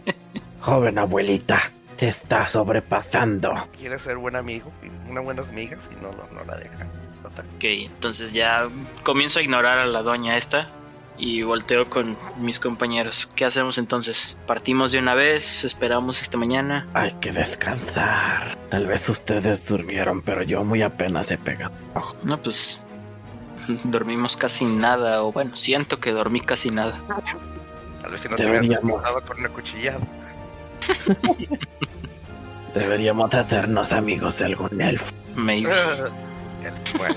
Speaker 5: Joven abuelita, te está sobrepasando.
Speaker 2: quiere ser buen amigo, y una buenas amigas y no, no, no la deja. Total.
Speaker 3: Ok, entonces ya comienzo a ignorar a la doña esta y volteo con mis compañeros. ¿Qué hacemos entonces? ¿Partimos de una vez? ¿Esperamos esta mañana?
Speaker 5: Hay que descansar. Tal vez ustedes durmieron, pero yo muy apenas he pegado.
Speaker 3: No, pues dormimos casi nada, o bueno, siento que dormí casi nada.
Speaker 2: Tal vez si no te hubieras
Speaker 5: Deberíamos.
Speaker 2: despertado con una cuchillada.
Speaker 5: Deberíamos hacernos amigos de algún elfo.
Speaker 3: Me iba.
Speaker 2: Y bueno,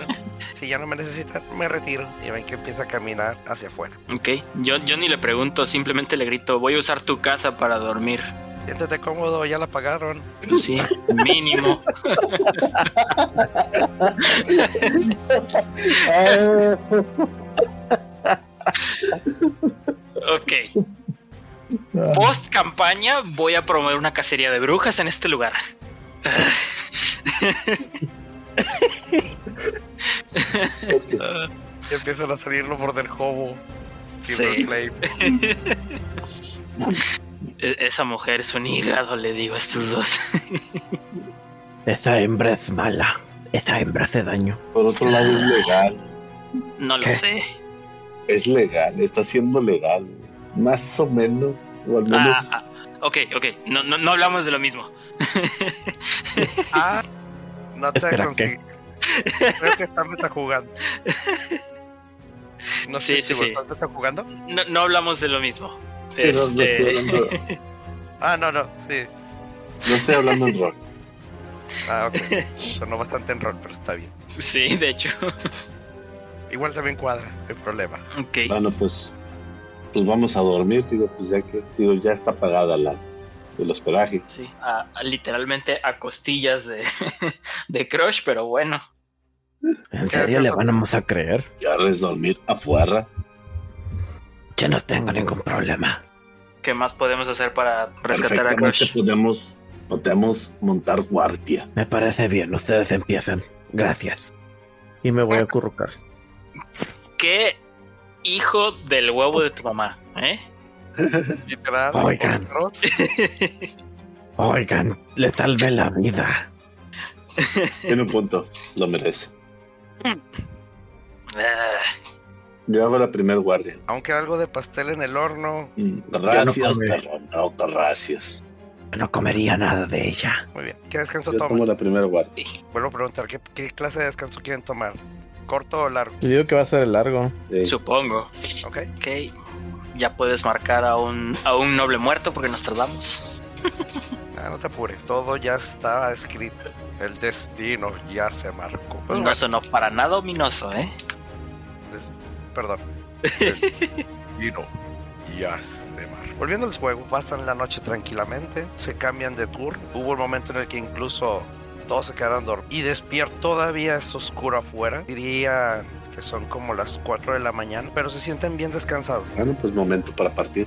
Speaker 2: si ya no me necesitan, me retiro. Y ven que empieza a caminar hacia afuera.
Speaker 3: Ok, yo, yo ni le pregunto, simplemente le grito, voy a usar tu casa para dormir.
Speaker 2: Siéntete cómodo, ya la pagaron.
Speaker 3: Pues sí, mínimo. Ok. Post campaña voy a promover una cacería de brujas en este lugar.
Speaker 2: Y empiezan a salir los border hobo. y
Speaker 3: Sí.
Speaker 2: Bruce Lane.
Speaker 3: E- Esa mujer es un hígado, le digo a estos dos.
Speaker 5: Esa hembra es mala. Esa hembra hace daño.
Speaker 1: Por otro lado,
Speaker 3: Ah.
Speaker 1: es legal.
Speaker 3: No lo
Speaker 5: ¿Qué?
Speaker 3: sé.
Speaker 1: Es legal. Está siendo legal. Más o menos, o al menos.
Speaker 3: Ah, ah, ok, ok. No, no, no hablamos de lo mismo.
Speaker 2: Ah, no te
Speaker 4: Espera,
Speaker 2: consi- Creo que están jugando. No sé
Speaker 3: Sí, sí,
Speaker 2: si
Speaker 3: sí.
Speaker 2: ¿estás jugando?
Speaker 3: No, no hablamos de lo mismo.
Speaker 1: sí, no, no estoy
Speaker 3: Este,
Speaker 1: hablando,
Speaker 2: Ah, no, no, sí.
Speaker 1: no estoy hablando en rock.
Speaker 2: Ah, ok. Sonó bastante en rol, pero está bien.
Speaker 3: sí, de hecho.
Speaker 2: Igual también cuadra, no hay problema.
Speaker 3: Ok.
Speaker 1: Bueno, pues, pues vamos a dormir, digo, pues ya que, digo, ya está pagada la el hospedaje.
Speaker 3: Sí, a- a- literalmente a costillas de, de Crush, pero bueno.
Speaker 4: ¿En
Speaker 2: serio le
Speaker 4: vamos a creer?
Speaker 1: Ya es dormir afuera.
Speaker 5: Yo no tengo ningún problema.
Speaker 3: ¿Qué más podemos hacer para rescatar a
Speaker 1: Perfectamente pues.
Speaker 3: Crush?
Speaker 1: podemos, podemos montar guardia.
Speaker 5: Me parece bien, ustedes empiezan. Gracias.
Speaker 4: Y me voy a acurrucar.
Speaker 3: ¿Qué hijo del huevo de tu mamá? ¿Eh?
Speaker 2: Literal.
Speaker 5: Oigan.
Speaker 2: nosotros,
Speaker 5: Oigan, le salvé la vida.
Speaker 1: Tiene un punto, lo merece.
Speaker 3: Ah,
Speaker 1: Yo hago la primer guardia.
Speaker 2: Aún queda algo de pastel en el horno.
Speaker 1: Mm, Gracias,
Speaker 5: come.
Speaker 1: perro. No, gracias.
Speaker 5: No comería nada de ella.
Speaker 2: Muy bien. ¿Qué descanso
Speaker 1: Yo tomo
Speaker 2: toman?
Speaker 1: la primera guardia.
Speaker 2: Vuelvo a preguntar, ¿qué, qué clase de descanso quieren tomar? ¿Corto o largo?
Speaker 4: Yo digo que va a ser el largo.
Speaker 1: Eh,
Speaker 3: Supongo.
Speaker 2: ¿Ok?
Speaker 3: Ok. Ya puedes marcar a un, a un noble muerto porque nos tardamos.
Speaker 2: Ah, no te apures, todo ya está escrito. El destino ya se marcó. Pues
Speaker 3: No
Speaker 2: bueno,
Speaker 3: sonó para nada ominoso, ¿eh?
Speaker 2: Perdón. y no. Ya se mar. Volviendo al juego, pasan la noche tranquilamente, se cambian de turno. Hubo un momento en el que incluso todos se quedaron dormidos. Y despierto, todavía es oscuro afuera. Diría que son como las 4 de la mañana, pero se sienten bien descansados.
Speaker 1: Bueno, pues momento para partir.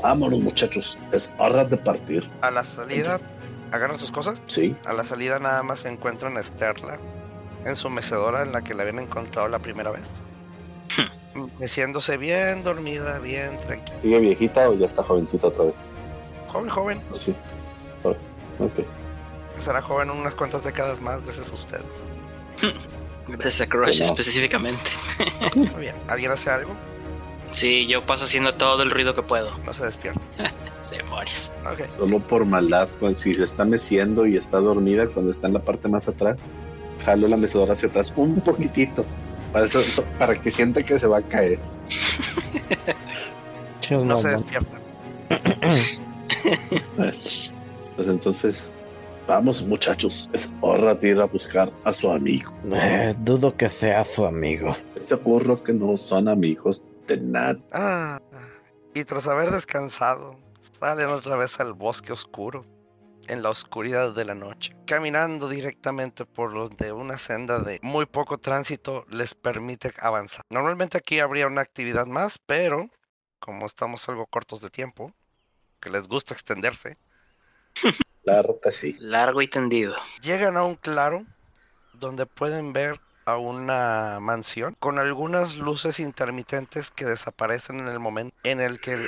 Speaker 1: Vámonos, muchachos. Es hora de partir.
Speaker 2: A la salida, agarran sus cosas.
Speaker 1: Sí.
Speaker 2: A la salida nada más se encuentran a Sterla en su mecedora en la que la habían encontrado la primera vez. Meciéndose bien dormida, bien tranquila.
Speaker 1: ¿Sigue viejita o ya está jovencita otra vez?
Speaker 2: Joven, joven.
Speaker 1: Pues sí. Oh, ok.
Speaker 2: Será Pues joven unas cuantas décadas más gracias a ustedes.
Speaker 3: Gracias a Crush
Speaker 1: Bueno.
Speaker 3: específicamente.
Speaker 2: Muy bien. ¿Alguien hace algo?
Speaker 3: Sí, yo paso haciendo todo el ruido que puedo.
Speaker 2: No se despierta.
Speaker 3: Demonios.
Speaker 2: Ok.
Speaker 1: Solo por maldad, cuando- si se está meciendo y está dormida, cuando está en la parte más atrás, jalo la mecedora hacia atrás un poquitito. Para, eso, eso- para que sienta que se va a caer.
Speaker 4: Chido,
Speaker 2: No
Speaker 4: no,
Speaker 2: se
Speaker 4: man.
Speaker 2: despierta.
Speaker 1: Pues entonces, vamos muchachos, es hora de ir a buscar a su amigo.
Speaker 5: Eh, dudo que sea su amigo.
Speaker 1: Este burro que no son amigos de nada.
Speaker 2: Ah, y tras haber descansado, salen otra vez al bosque oscuro, en la oscuridad de la noche, caminando directamente por donde una senda de muy poco tránsito les permite avanzar. Normalmente aquí habría una actividad más, pero como estamos algo cortos de tiempo, que les gusta extenderse,
Speaker 1: Claro que sí.
Speaker 3: Largo y tendido.
Speaker 2: Llegan a un claro donde pueden ver a una mansión con algunas luces intermitentes que desaparecen en el momento en el que el-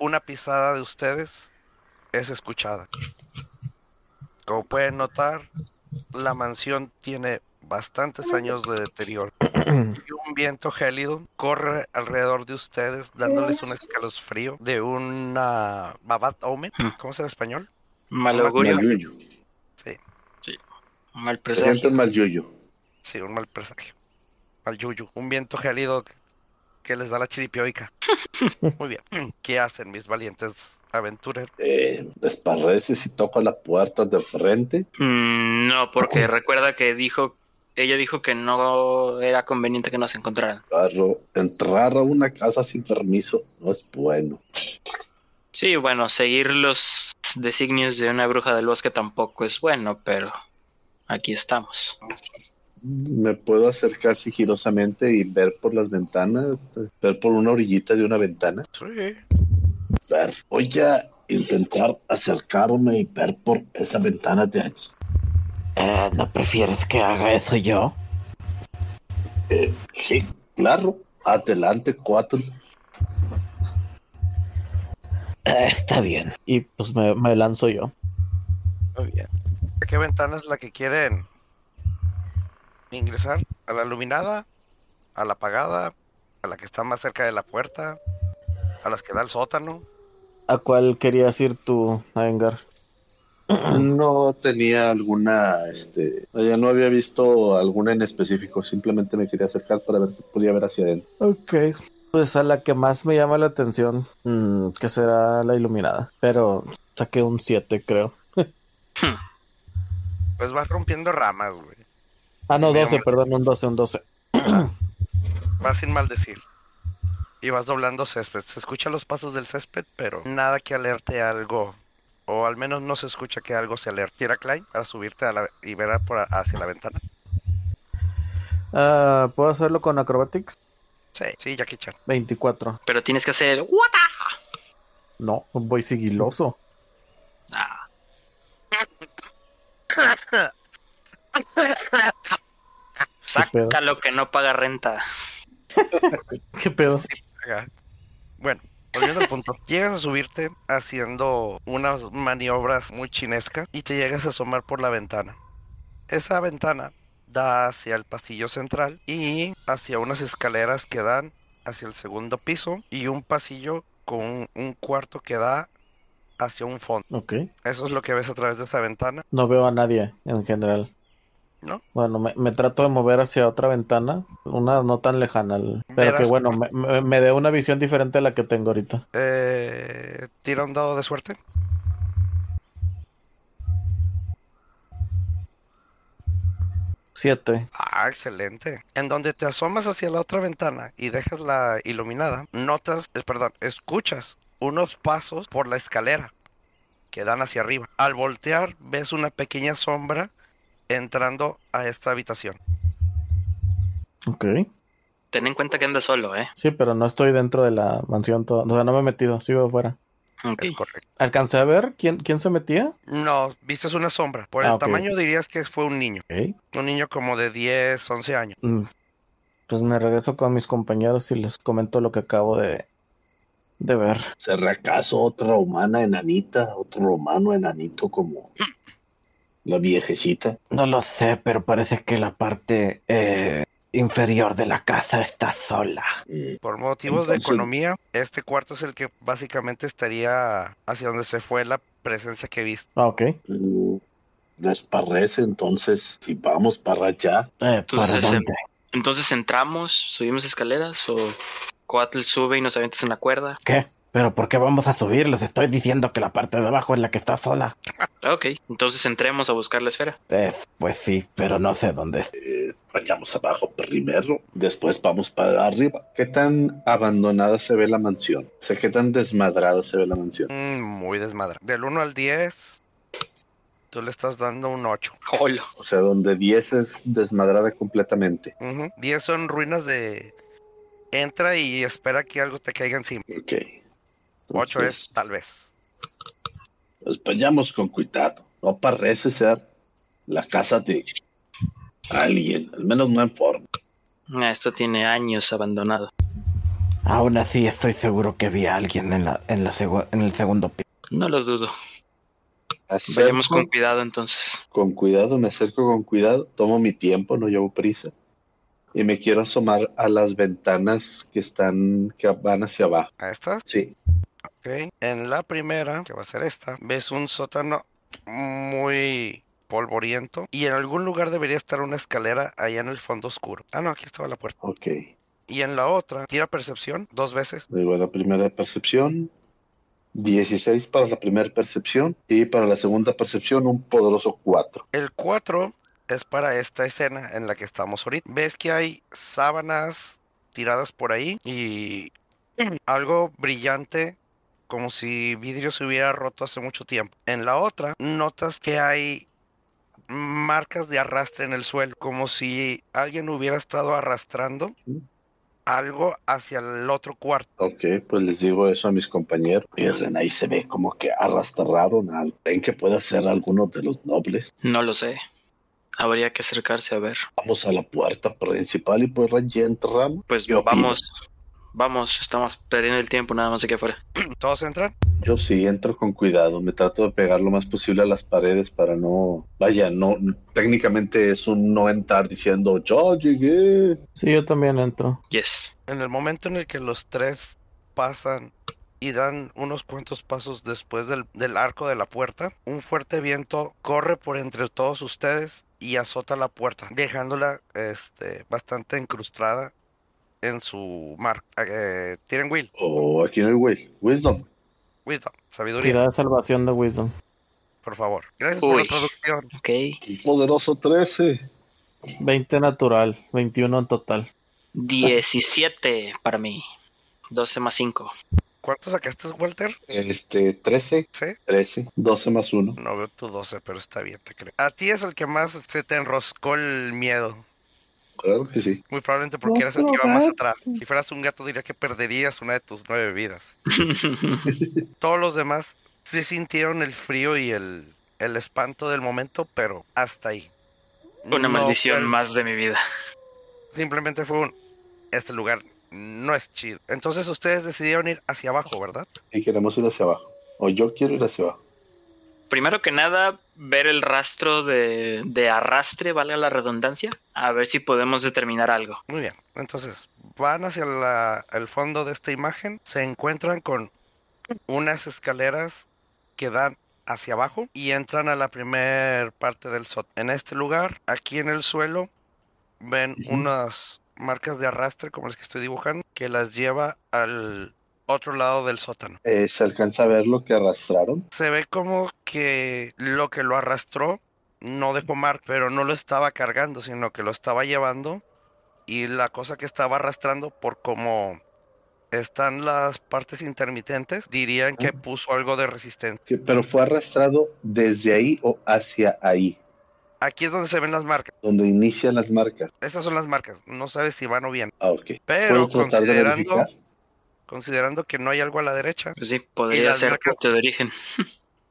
Speaker 2: una pisada de ustedes es escuchada. Como pueden notar, la mansión tiene bastantes años de deterioro y un viento gélido corre alrededor de ustedes dándoles un escalofrío de una babad omen, ¿cómo es en español?
Speaker 3: Mal augurio.
Speaker 1: Mal yuyo.
Speaker 3: Mal
Speaker 1: Se siente
Speaker 3: presagio.
Speaker 1: un mal yuyo.
Speaker 2: Sí, un mal presagio. Al yuyu. Un viento gélido que- que les da la chiripioica. Muy bien. ¿Qué hacen mis valientes aventureros?
Speaker 1: Eh, ¿Les parece si toco la puerta de frente?
Speaker 3: Mm, no, porque recuerda que dijo. Ella dijo que no era conveniente que nos encontraran.
Speaker 1: Claro, entrar a una casa sin permiso no es bueno.
Speaker 3: Sí, bueno, seguir los designios de una bruja del bosque tampoco es bueno, pero aquí estamos.
Speaker 1: Me puedo acercar sigilosamente y ver por las ventanas, ver por una orillita de una ventana.
Speaker 2: Sí.
Speaker 1: Ver. Voy a intentar acercarme y ver por esa ventana de allí.
Speaker 5: Eh, ¿No prefieres que haga eso yo?
Speaker 1: Eh, sí, claro. Adelante, cuatro.
Speaker 5: Eh, está bien.
Speaker 4: Y pues me, me lanzo yo.
Speaker 2: Muy bien. ¿A qué ventana es la que quieren ingresar? ¿A la iluminada? ¿A la apagada? ¿A la que está más cerca de la puerta? a las que da el sótano.
Speaker 4: ¿A cuál querías ir tú, Engar?
Speaker 1: No tenía alguna, este, ya no había visto alguna en específico, simplemente me quería acercar para ver qué podía ver hacia adentro.
Speaker 4: Ok. Pues a la que más me llama la atención, mm, que será la iluminada. Pero saqué un 7, creo.
Speaker 2: Pues vas rompiendo ramas, güey.
Speaker 4: Ah, no,
Speaker 2: Me
Speaker 4: 12,
Speaker 2: llama-
Speaker 4: perdón, un 12, un 12.
Speaker 2: Vas sin maldecir. Y vas doblando césped. Se escuchan los pasos del césped, pero nada que alerte a algo. O al menos no se escucha que algo se alerte. Tira Klein para subirte a la, y ver a por a- hacia la ventana.
Speaker 4: Ah, ¿Puedo hacerlo con Acrobatics?
Speaker 2: Sí, sí, Jackie Chan.
Speaker 4: 24.
Speaker 3: Pero tienes que hacer. ¡Wata!
Speaker 4: No, voy sigiloso.
Speaker 3: Ah,
Speaker 4: pedo?
Speaker 3: saca lo que no paga renta.
Speaker 4: ¿Qué pedo?
Speaker 2: Ajá. Bueno, volviendo al punto. Llegas a subirte haciendo unas maniobras muy chinescas y te llegas a asomar por la ventana. Esa ventana da hacia el pasillo central y hacia unas escaleras que dan hacia el segundo piso y un pasillo con un, un cuarto que da hacia un fondo.
Speaker 4: Ok.
Speaker 2: Eso es lo que ves a través de esa ventana.
Speaker 4: No veo a nadie en general.
Speaker 2: ¿No?
Speaker 4: Bueno, me, me trato de mover hacia otra ventana, una no tan lejana, el- pero
Speaker 2: Verás
Speaker 4: que bueno,
Speaker 2: por-
Speaker 4: me, me- me dé una visión diferente a la que tengo ahorita.
Speaker 2: Eh, tira un dado de suerte.
Speaker 4: Siete.
Speaker 2: Ah, excelente. En donde te asomas hacia la otra ventana y dejas la iluminada, notas, es- perdón, escuchas unos pasos por la escalera que dan hacia arriba. Al voltear, ves una pequeña sombra entrando a esta habitación.
Speaker 4: Ok.
Speaker 3: Ten en cuenta que andas solo, ¿eh?
Speaker 4: Sí, pero no estoy dentro de la mansión toda. O sea, no me he metido, sigo afuera.
Speaker 3: Ok.
Speaker 2: Es correcto.
Speaker 4: ¿Alcancé a ver quién, quién se metía?
Speaker 2: No, vistes una sombra. Por el
Speaker 4: Ah, ok.
Speaker 2: tamaño dirías que fue un niño.
Speaker 4: Ok.
Speaker 2: Un niño como de 10, 11 años.
Speaker 4: Mm. Pues me regreso con mis compañeros y les comento lo que acabo de, de ver.
Speaker 1: ¿Será acaso otra humana enanita, otro humano enanito como la viejecita?
Speaker 5: No lo sé, pero parece que la parte eh, inferior de la casa está sola.
Speaker 1: Mm,
Speaker 2: Por motivos de
Speaker 1: Entonces-
Speaker 2: economía, este cuarto es el que básicamente estaría hacia donde se fue la presencia que viste.
Speaker 4: Ah, ok. Eh,
Speaker 1: mm, Les parece entonces, si vamos para allá,
Speaker 5: Eh,
Speaker 4: ¿Para
Speaker 3: ese-
Speaker 4: dónde?
Speaker 3: Entonces entramos, subimos escaleras o Coatl sube y nos avientas una cuerda.
Speaker 5: ¿Qué? ¿Pero por qué vamos a subir? Les estoy diciendo que la parte de abajo es la que está sola.
Speaker 3: Ah, Ok, entonces entremos a buscar la esfera.
Speaker 5: Eh, pues sí, pero no sé dónde está.
Speaker 1: eh, vayamos abajo primero, después pues vamos para arriba. ¿Qué tan abandonada se ve la mansión? O sea, ¿qué tan desmadrada se ve la mansión?
Speaker 2: Mm, muy desmadre. Del 1 al 10, tú le estás dando un 8.
Speaker 3: Hola.
Speaker 1: O sea, donde 10 es desmadrada completamente.
Speaker 2: 10 son ruinas de... Entra y espera que algo te caiga encima.
Speaker 1: Ok.
Speaker 2: 8
Speaker 1: Entonces,
Speaker 2: es tal vez.
Speaker 1: Pues vayamos con cuidado. No parece ser la casa de alguien, al menos no en forma.
Speaker 3: Ah, Esto tiene años abandonado.
Speaker 5: Aún así, estoy seguro que vi a alguien en, la, en, la segu- en el segundo piso.
Speaker 3: No lo dudo.
Speaker 1: Acerco-
Speaker 3: Vayamos con cuidado entonces.
Speaker 1: con cuidado, me acerco con cuidado, tomo mi tiempo, no llevo prisa. Y me quiero asomar a las ventanas que están, que van hacia abajo.
Speaker 2: A estas.
Speaker 1: Sí.
Speaker 2: ok. En la primera, que va a ser esta, ves un sótano muy polvoriento. Y en algún lugar debería estar una escalera allá en el fondo oscuro. Ah, no, aquí estaba la puerta.
Speaker 1: Ok.
Speaker 2: Y en la otra, tira percepción dos veces.
Speaker 1: Digo, la primera percepción. 16 para la primera percepción. Y para la segunda percepción, un poderoso 4.
Speaker 2: El 4 es para esta escena en la que estamos ahorita. Ves que hay sábanas tiradas por ahí y algo brillante como si vidrio se hubiera roto hace mucho tiempo. En la otra notas que hay marcas de arrastre en el suelo, como si alguien hubiera estado arrastrando algo hacia el otro cuarto.
Speaker 1: Ok, pues les digo eso a mis compañeros. Miren, ahí se ve como que arrastraron algo. ¿Ven que puede ser alguno de los nobles?
Speaker 3: No lo sé. Habría que acercarse a ver.
Speaker 1: Vamos a la puerta principal y pues ya entramos.
Speaker 3: Pues
Speaker 1: Yo opino.
Speaker 3: vamos. Vamos, estamos perdiendo el tiempo nada más aquí afuera.
Speaker 2: ¿Todos entran?
Speaker 1: Yo sí entro con cuidado, me trato de pegar lo más posible a las paredes para no... Vaya, no, técnicamente es un no entrar diciendo yo llegué.
Speaker 4: Sí, yo también entro.
Speaker 3: Yes.
Speaker 2: En el momento en el que los tres pasan y dan unos cuantos pasos después del, del arco de la puerta. Un fuerte viento corre por entre todos ustedes y azota la puerta, dejándola este, bastante incrustada en su mar. Eh, tienen Will,
Speaker 1: Oh, aquí no hay güey. Wisdom.
Speaker 2: Wisdom, sabiduría,
Speaker 4: Tirada de salvación de Wisdom.
Speaker 2: por favor. Gracias por
Speaker 3: Uy.
Speaker 2: la producción.
Speaker 3: Ok.
Speaker 1: Poderoso 13.
Speaker 4: 20 natural, 21 en total.
Speaker 3: 17 para mí. 12 más 5.
Speaker 2: ¿Cuánto sacaste, Walter?
Speaker 1: Este, 13.
Speaker 2: ¿Sí?
Speaker 1: 13. 12 más 1.
Speaker 2: No veo tu 12, pero está bien, te creo. A ti es el que más se te enroscó el miedo.
Speaker 1: Claro que sí.
Speaker 2: Muy probablemente porque eras el que iba más atrás. Si fueras un gato, diría que perderías una de tus nueve vidas. Todos los demás sí sintieron el frío y el, el espanto del momento, pero hasta ahí.
Speaker 3: Una
Speaker 2: No
Speaker 3: maldición
Speaker 2: fue-
Speaker 3: más de mi vida.
Speaker 2: Simplemente fue un. Este lugar no es chido. Entonces ustedes decidieron ir hacia abajo, ¿verdad?
Speaker 1: Y queremos ir hacia abajo. O yo quiero ir hacia abajo.
Speaker 3: Primero que nada, ver el rastro de, de arrastre, valga la redundancia, a ver si podemos determinar algo.
Speaker 2: Muy bien, entonces van hacia la- el fondo de esta imagen, se encuentran con unas escaleras que dan hacia abajo y entran a la primer parte del sótano. En este lugar, aquí en el suelo, ven
Speaker 1: Ujú.
Speaker 2: unas marcas de arrastre como las que estoy dibujando que las lleva al otro lado del sótano.
Speaker 1: Eh, ¿Se alcanza a ver lo que arrastraron?
Speaker 2: Se ve como que lo que lo arrastró no dejó mar, pero no lo estaba cargando, sino que lo estaba llevando. Y la cosa que estaba arrastrando, por como están las partes intermitentes, dirían que
Speaker 1: Ah.
Speaker 2: puso algo de resistente.
Speaker 1: Que- pero fue arrastrado desde ahí o hacia ahí,
Speaker 2: Aquí es donde se ven las marcas.
Speaker 1: donde inician las marcas.
Speaker 2: Estas son las marcas. No sabes si van o bien.
Speaker 1: Ah, ok.
Speaker 2: Pero
Speaker 1: ¿Puedo tratar de
Speaker 2: considerando,
Speaker 1: verificar?
Speaker 2: considerando que no hay algo a la derecha
Speaker 3: Pues sí,
Speaker 2: Y
Speaker 3: podría
Speaker 2: las
Speaker 3: ser
Speaker 2: marcas-
Speaker 3: punto de origen.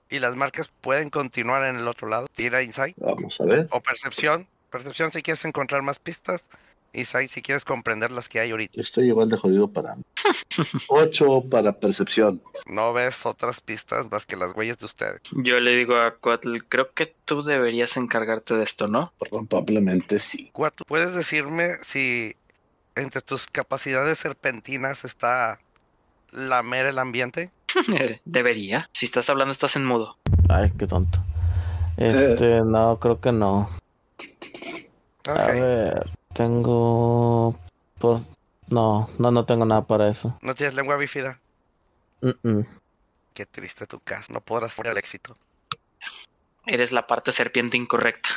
Speaker 2: y las marcas pueden continuar en el otro lado, tira insight
Speaker 1: Vamos a ver.
Speaker 2: o percepción. Percepción si quieres encontrar más pistas. Insight si quieres comprender las que hay ahorita.
Speaker 1: Estoy igual de jodido para mí. 8 para percepción.
Speaker 2: No ves otras pistas más que las huellas de ustedes.
Speaker 3: Yo le digo a Coatl, creo que tú deberías encargarte de esto, ¿no?
Speaker 1: Probablemente sí.
Speaker 2: Cuatro, ¿puedes decirme si entre tus capacidades serpentinas está lamer el ambiente?
Speaker 3: Eh, Debería. Si estás hablando, estás en mudo.
Speaker 4: Ay, qué tonto. Este, no, creo que no. A
Speaker 2: Ok,
Speaker 4: ver, tengo. Pues, no, no, no tengo nada para eso.
Speaker 2: No tienes lengua bífida.
Speaker 4: Mm, mm.
Speaker 2: Qué triste tu caso. No podrás poner el éxito.
Speaker 3: Eres la parte serpiente incorrecta.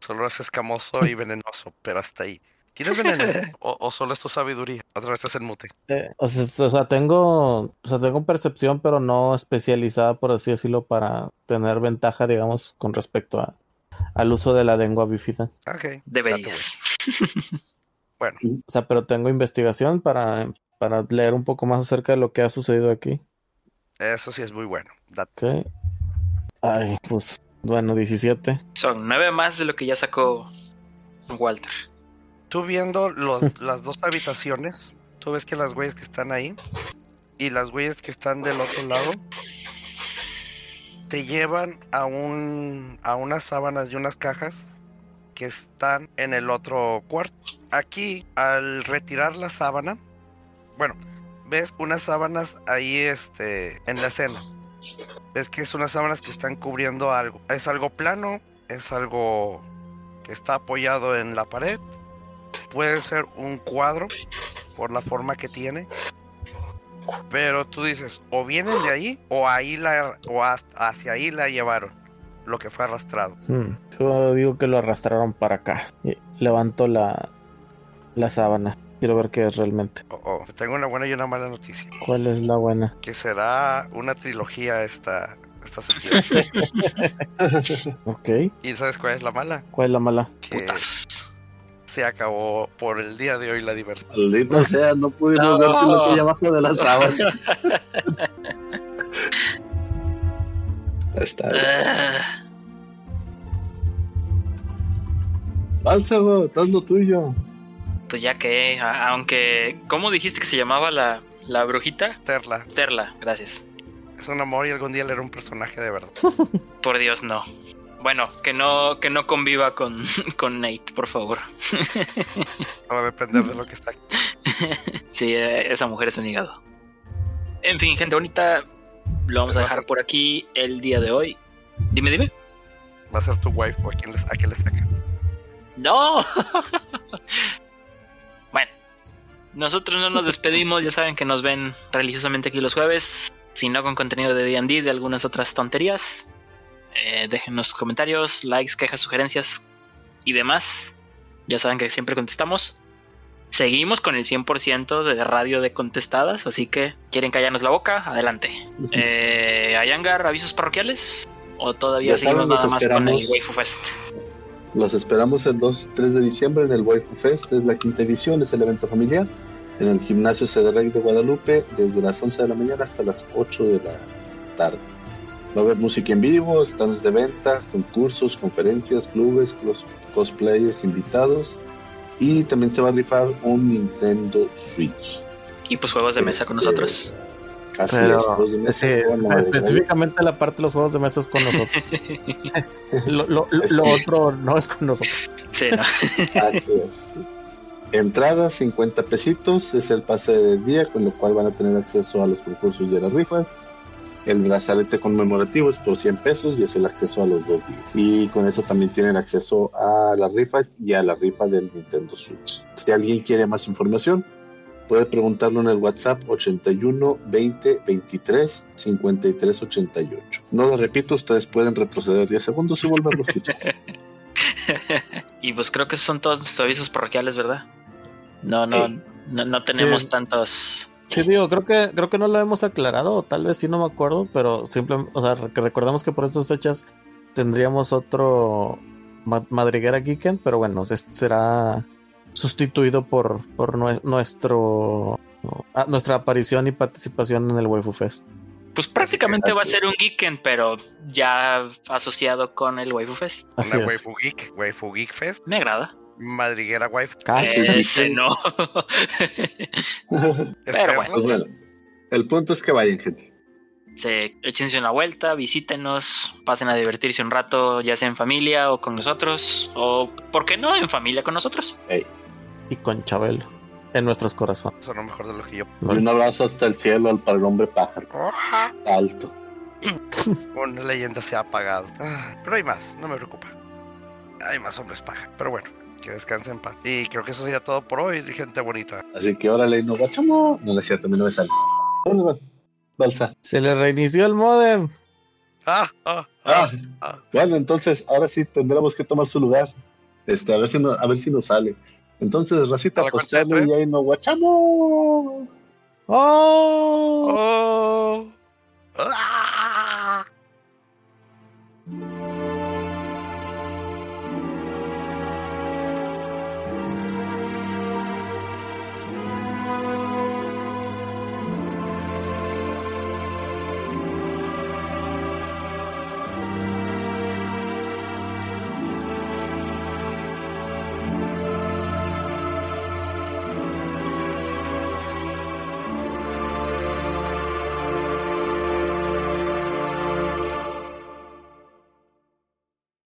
Speaker 2: Solo es escamoso y venenoso, pero hasta ahí. ¿Tienes veneno? o, o solo es tu sabiduría? Otra vez es el mute.
Speaker 4: Eh, o, sea, o sea, tengo, o sea, tengo percepción, pero no especializada, por así decirlo, para tener ventaja, digamos, con respecto a, al uso de la lengua bífida.
Speaker 2: Ok. date, güey.
Speaker 3: Deberías.
Speaker 4: O sea, pero tengo investigación para, para leer un poco más acerca de lo que ha sucedido aquí.
Speaker 2: Eso sí es muy bueno. Date.
Speaker 4: Ok. Ay, pues, bueno, 17.
Speaker 3: Son nueve más de lo que ya sacó Walter.
Speaker 2: Tú viendo los- las dos habitaciones, tú ves que las huellas que están ahí y las huellas que están del otro lado te llevan a un a unas sábanas y unas cajas que están en el otro cuarto. Aquí, al retirar la sábana, bueno, ves unas sábanas ahí este en la escena. Ves que es unas sábanas que están cubriendo algo. Es algo plano, es algo que está apoyado en la pared puede ser un cuadro por la forma que tiene. Pero tú dices, o vienen de ahí o ahí la o ha- hacia ahí la llevaron, lo que fue arrastrado.
Speaker 4: Hmm, Yo digo que lo arrastraron para acá. Y levanto la, la sábana. Quiero ver qué es realmente.
Speaker 2: Oh, oh, Tengo una buena y una mala noticia,
Speaker 4: ¿Cuál es la buena?
Speaker 2: que será una trilogía esta esta sesión.
Speaker 4: Ok.
Speaker 2: ¿Y sabes cuál es la mala?
Speaker 4: ¿Cuál es la mala?
Speaker 2: Que
Speaker 3: Putazos.
Speaker 2: se acabó por el día de hoy la diversión.
Speaker 1: Maldito sea, no pudimos
Speaker 3: No.
Speaker 1: ver lo que hay abajo de la sábana. Está bien.
Speaker 3: Ah,
Speaker 1: Álzalo, haz lo tuyo.
Speaker 3: pues ya que, a- aunque... ¿Cómo dijiste que se llamaba la, la brujita?
Speaker 2: Terla
Speaker 3: Terla, gracias.
Speaker 2: es un amor y algún día le era un personaje de verdad.
Speaker 3: Por Dios, no. Bueno, que no, que no conviva con, con Nate, por favor.
Speaker 2: Va a depender de lo que está aquí.
Speaker 3: Sí, eh, esa mujer es un hígado. En fin, gente bonita, lo vamos a dejar por aquí el día de hoy. Dime, dime.
Speaker 2: Va a ser tu wife o a quién le, a quién le sacas.
Speaker 3: No. bueno, nosotros no nos despedimos, ya saben que nos ven religiosamente aquí los jueves, si no con contenido de D&D, de algunas otras tonterías. Eh, déjenos comentarios, likes, quejas, sugerencias y demás. Ya saben que siempre contestamos. Seguimos con el 100% de radio de contestadas, así que quieren callarnos la boca, adelante. Eh, Ayangar, avisos parroquiales o todavía
Speaker 1: Ya
Speaker 3: seguimos
Speaker 1: saben, los
Speaker 3: nada más con el
Speaker 1: esperamos.
Speaker 3: Waifu Fest.
Speaker 1: Los esperamos el 2, 3 de diciembre en el Waifu Fest, es la quinta edición, es el evento familiar, en el gimnasio Cederrec de Guadalupe, desde las 11 de la mañana hasta las 8 de la tarde. Va a haber música en vivo, stands de venta, concursos, conferencias, clubes, cos- cosplayers invitados y también se va a rifar un Nintendo Switch.
Speaker 3: Y pues juegos de mesa con
Speaker 1: Este,
Speaker 3: nosotros.
Speaker 1: Casi
Speaker 4: Pero
Speaker 1: los juegos de mesa,
Speaker 4: sí,
Speaker 1: bueno,
Speaker 4: espe- específicamente la parte de los juegos de mesa es con nosotros. lo, lo- lo- lo otro no es con nosotros.
Speaker 3: Sí, ¿no?
Speaker 1: Así es. Entrada 50 pesitos, es el pase de día, con lo cual van a tener acceso a los concursos y a las rifas. El brazalete conmemorativo es por 100 pesos y es el acceso a los dos días. Y con eso también tienen acceso a las rifas y a la rifa del Nintendo Switch. Si alguien quiere más información, puede preguntarlo en el WhatsApp 81 20 23 53 88. No lo repito, ustedes pueden retroceder 10 segundos y volverlo a escuchar.
Speaker 3: Y pues creo que esos son todos los avisos parroquiales, ¿verdad? No, no,
Speaker 1: Sí.
Speaker 3: no, no tenemos
Speaker 4: Sí.
Speaker 3: tantos.
Speaker 4: Sí, digo, creo que, creo que no lo hemos aclarado, o tal vez sí, no me acuerdo, pero simplemente, o sea, re- que recordamos que por estas fechas tendríamos otro ma- Madriguera Geekend, pero bueno, es- será sustituido por, por nue- nuestro ah, nuestra aparición y participación en el Waifu Fest.
Speaker 3: Pues prácticamente va a
Speaker 1: Así
Speaker 3: ser un Geekend, pero ya asociado con el Waifu Fest.
Speaker 4: Así
Speaker 2: Una
Speaker 4: es.
Speaker 2: Waifu Geek, Waifu Geek Fest,
Speaker 3: Me agrada. Eh,
Speaker 2: Madriguera Waifu.
Speaker 1: Ah,
Speaker 4: Ca-
Speaker 3: Ese
Speaker 1: Geekend.
Speaker 3: no. Pero bueno.
Speaker 1: Pues bueno, el punto es que vayan, gente.
Speaker 3: Se, échense una vuelta, visítenos, pasen a divertirse un rato, ya sea en familia o con nosotros, o ¿por qué no en familia con nosotros?
Speaker 4: y con Chabelo en nuestros corazones.
Speaker 2: Eso no mejor de lo que yo.
Speaker 1: Y un abrazo hasta el cielo al para el hombre pájaro.
Speaker 2: Oja,
Speaker 1: Alto.
Speaker 2: Una leyenda se ha apagado. Ah, pero hay más, no me preocupa. Hay más hombres paja. Pero bueno, que descansen en paz. Y creo que eso sería todo por hoy, gente bonita.
Speaker 1: Así que órale, nos guachamos. No, no es cierto, a mí no me sale. ¿Dónde va? Balsa.
Speaker 4: Se le reinició el modem.
Speaker 2: Ah, ah,
Speaker 1: Ah,
Speaker 2: ah. ah.
Speaker 1: bueno, entonces ahora sí tendremos que tomar su lugar. Este, a ver si no, a ver si nos sale. Entonces,
Speaker 2: A
Speaker 1: Racita,
Speaker 2: la
Speaker 1: pues
Speaker 2: cuenta de
Speaker 1: chale,
Speaker 2: tres.
Speaker 1: y ahí nos guachamos.
Speaker 4: ¡Oh!
Speaker 2: Oh. Ah.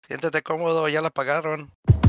Speaker 2: Siéntete cómodo, ya la apagaron.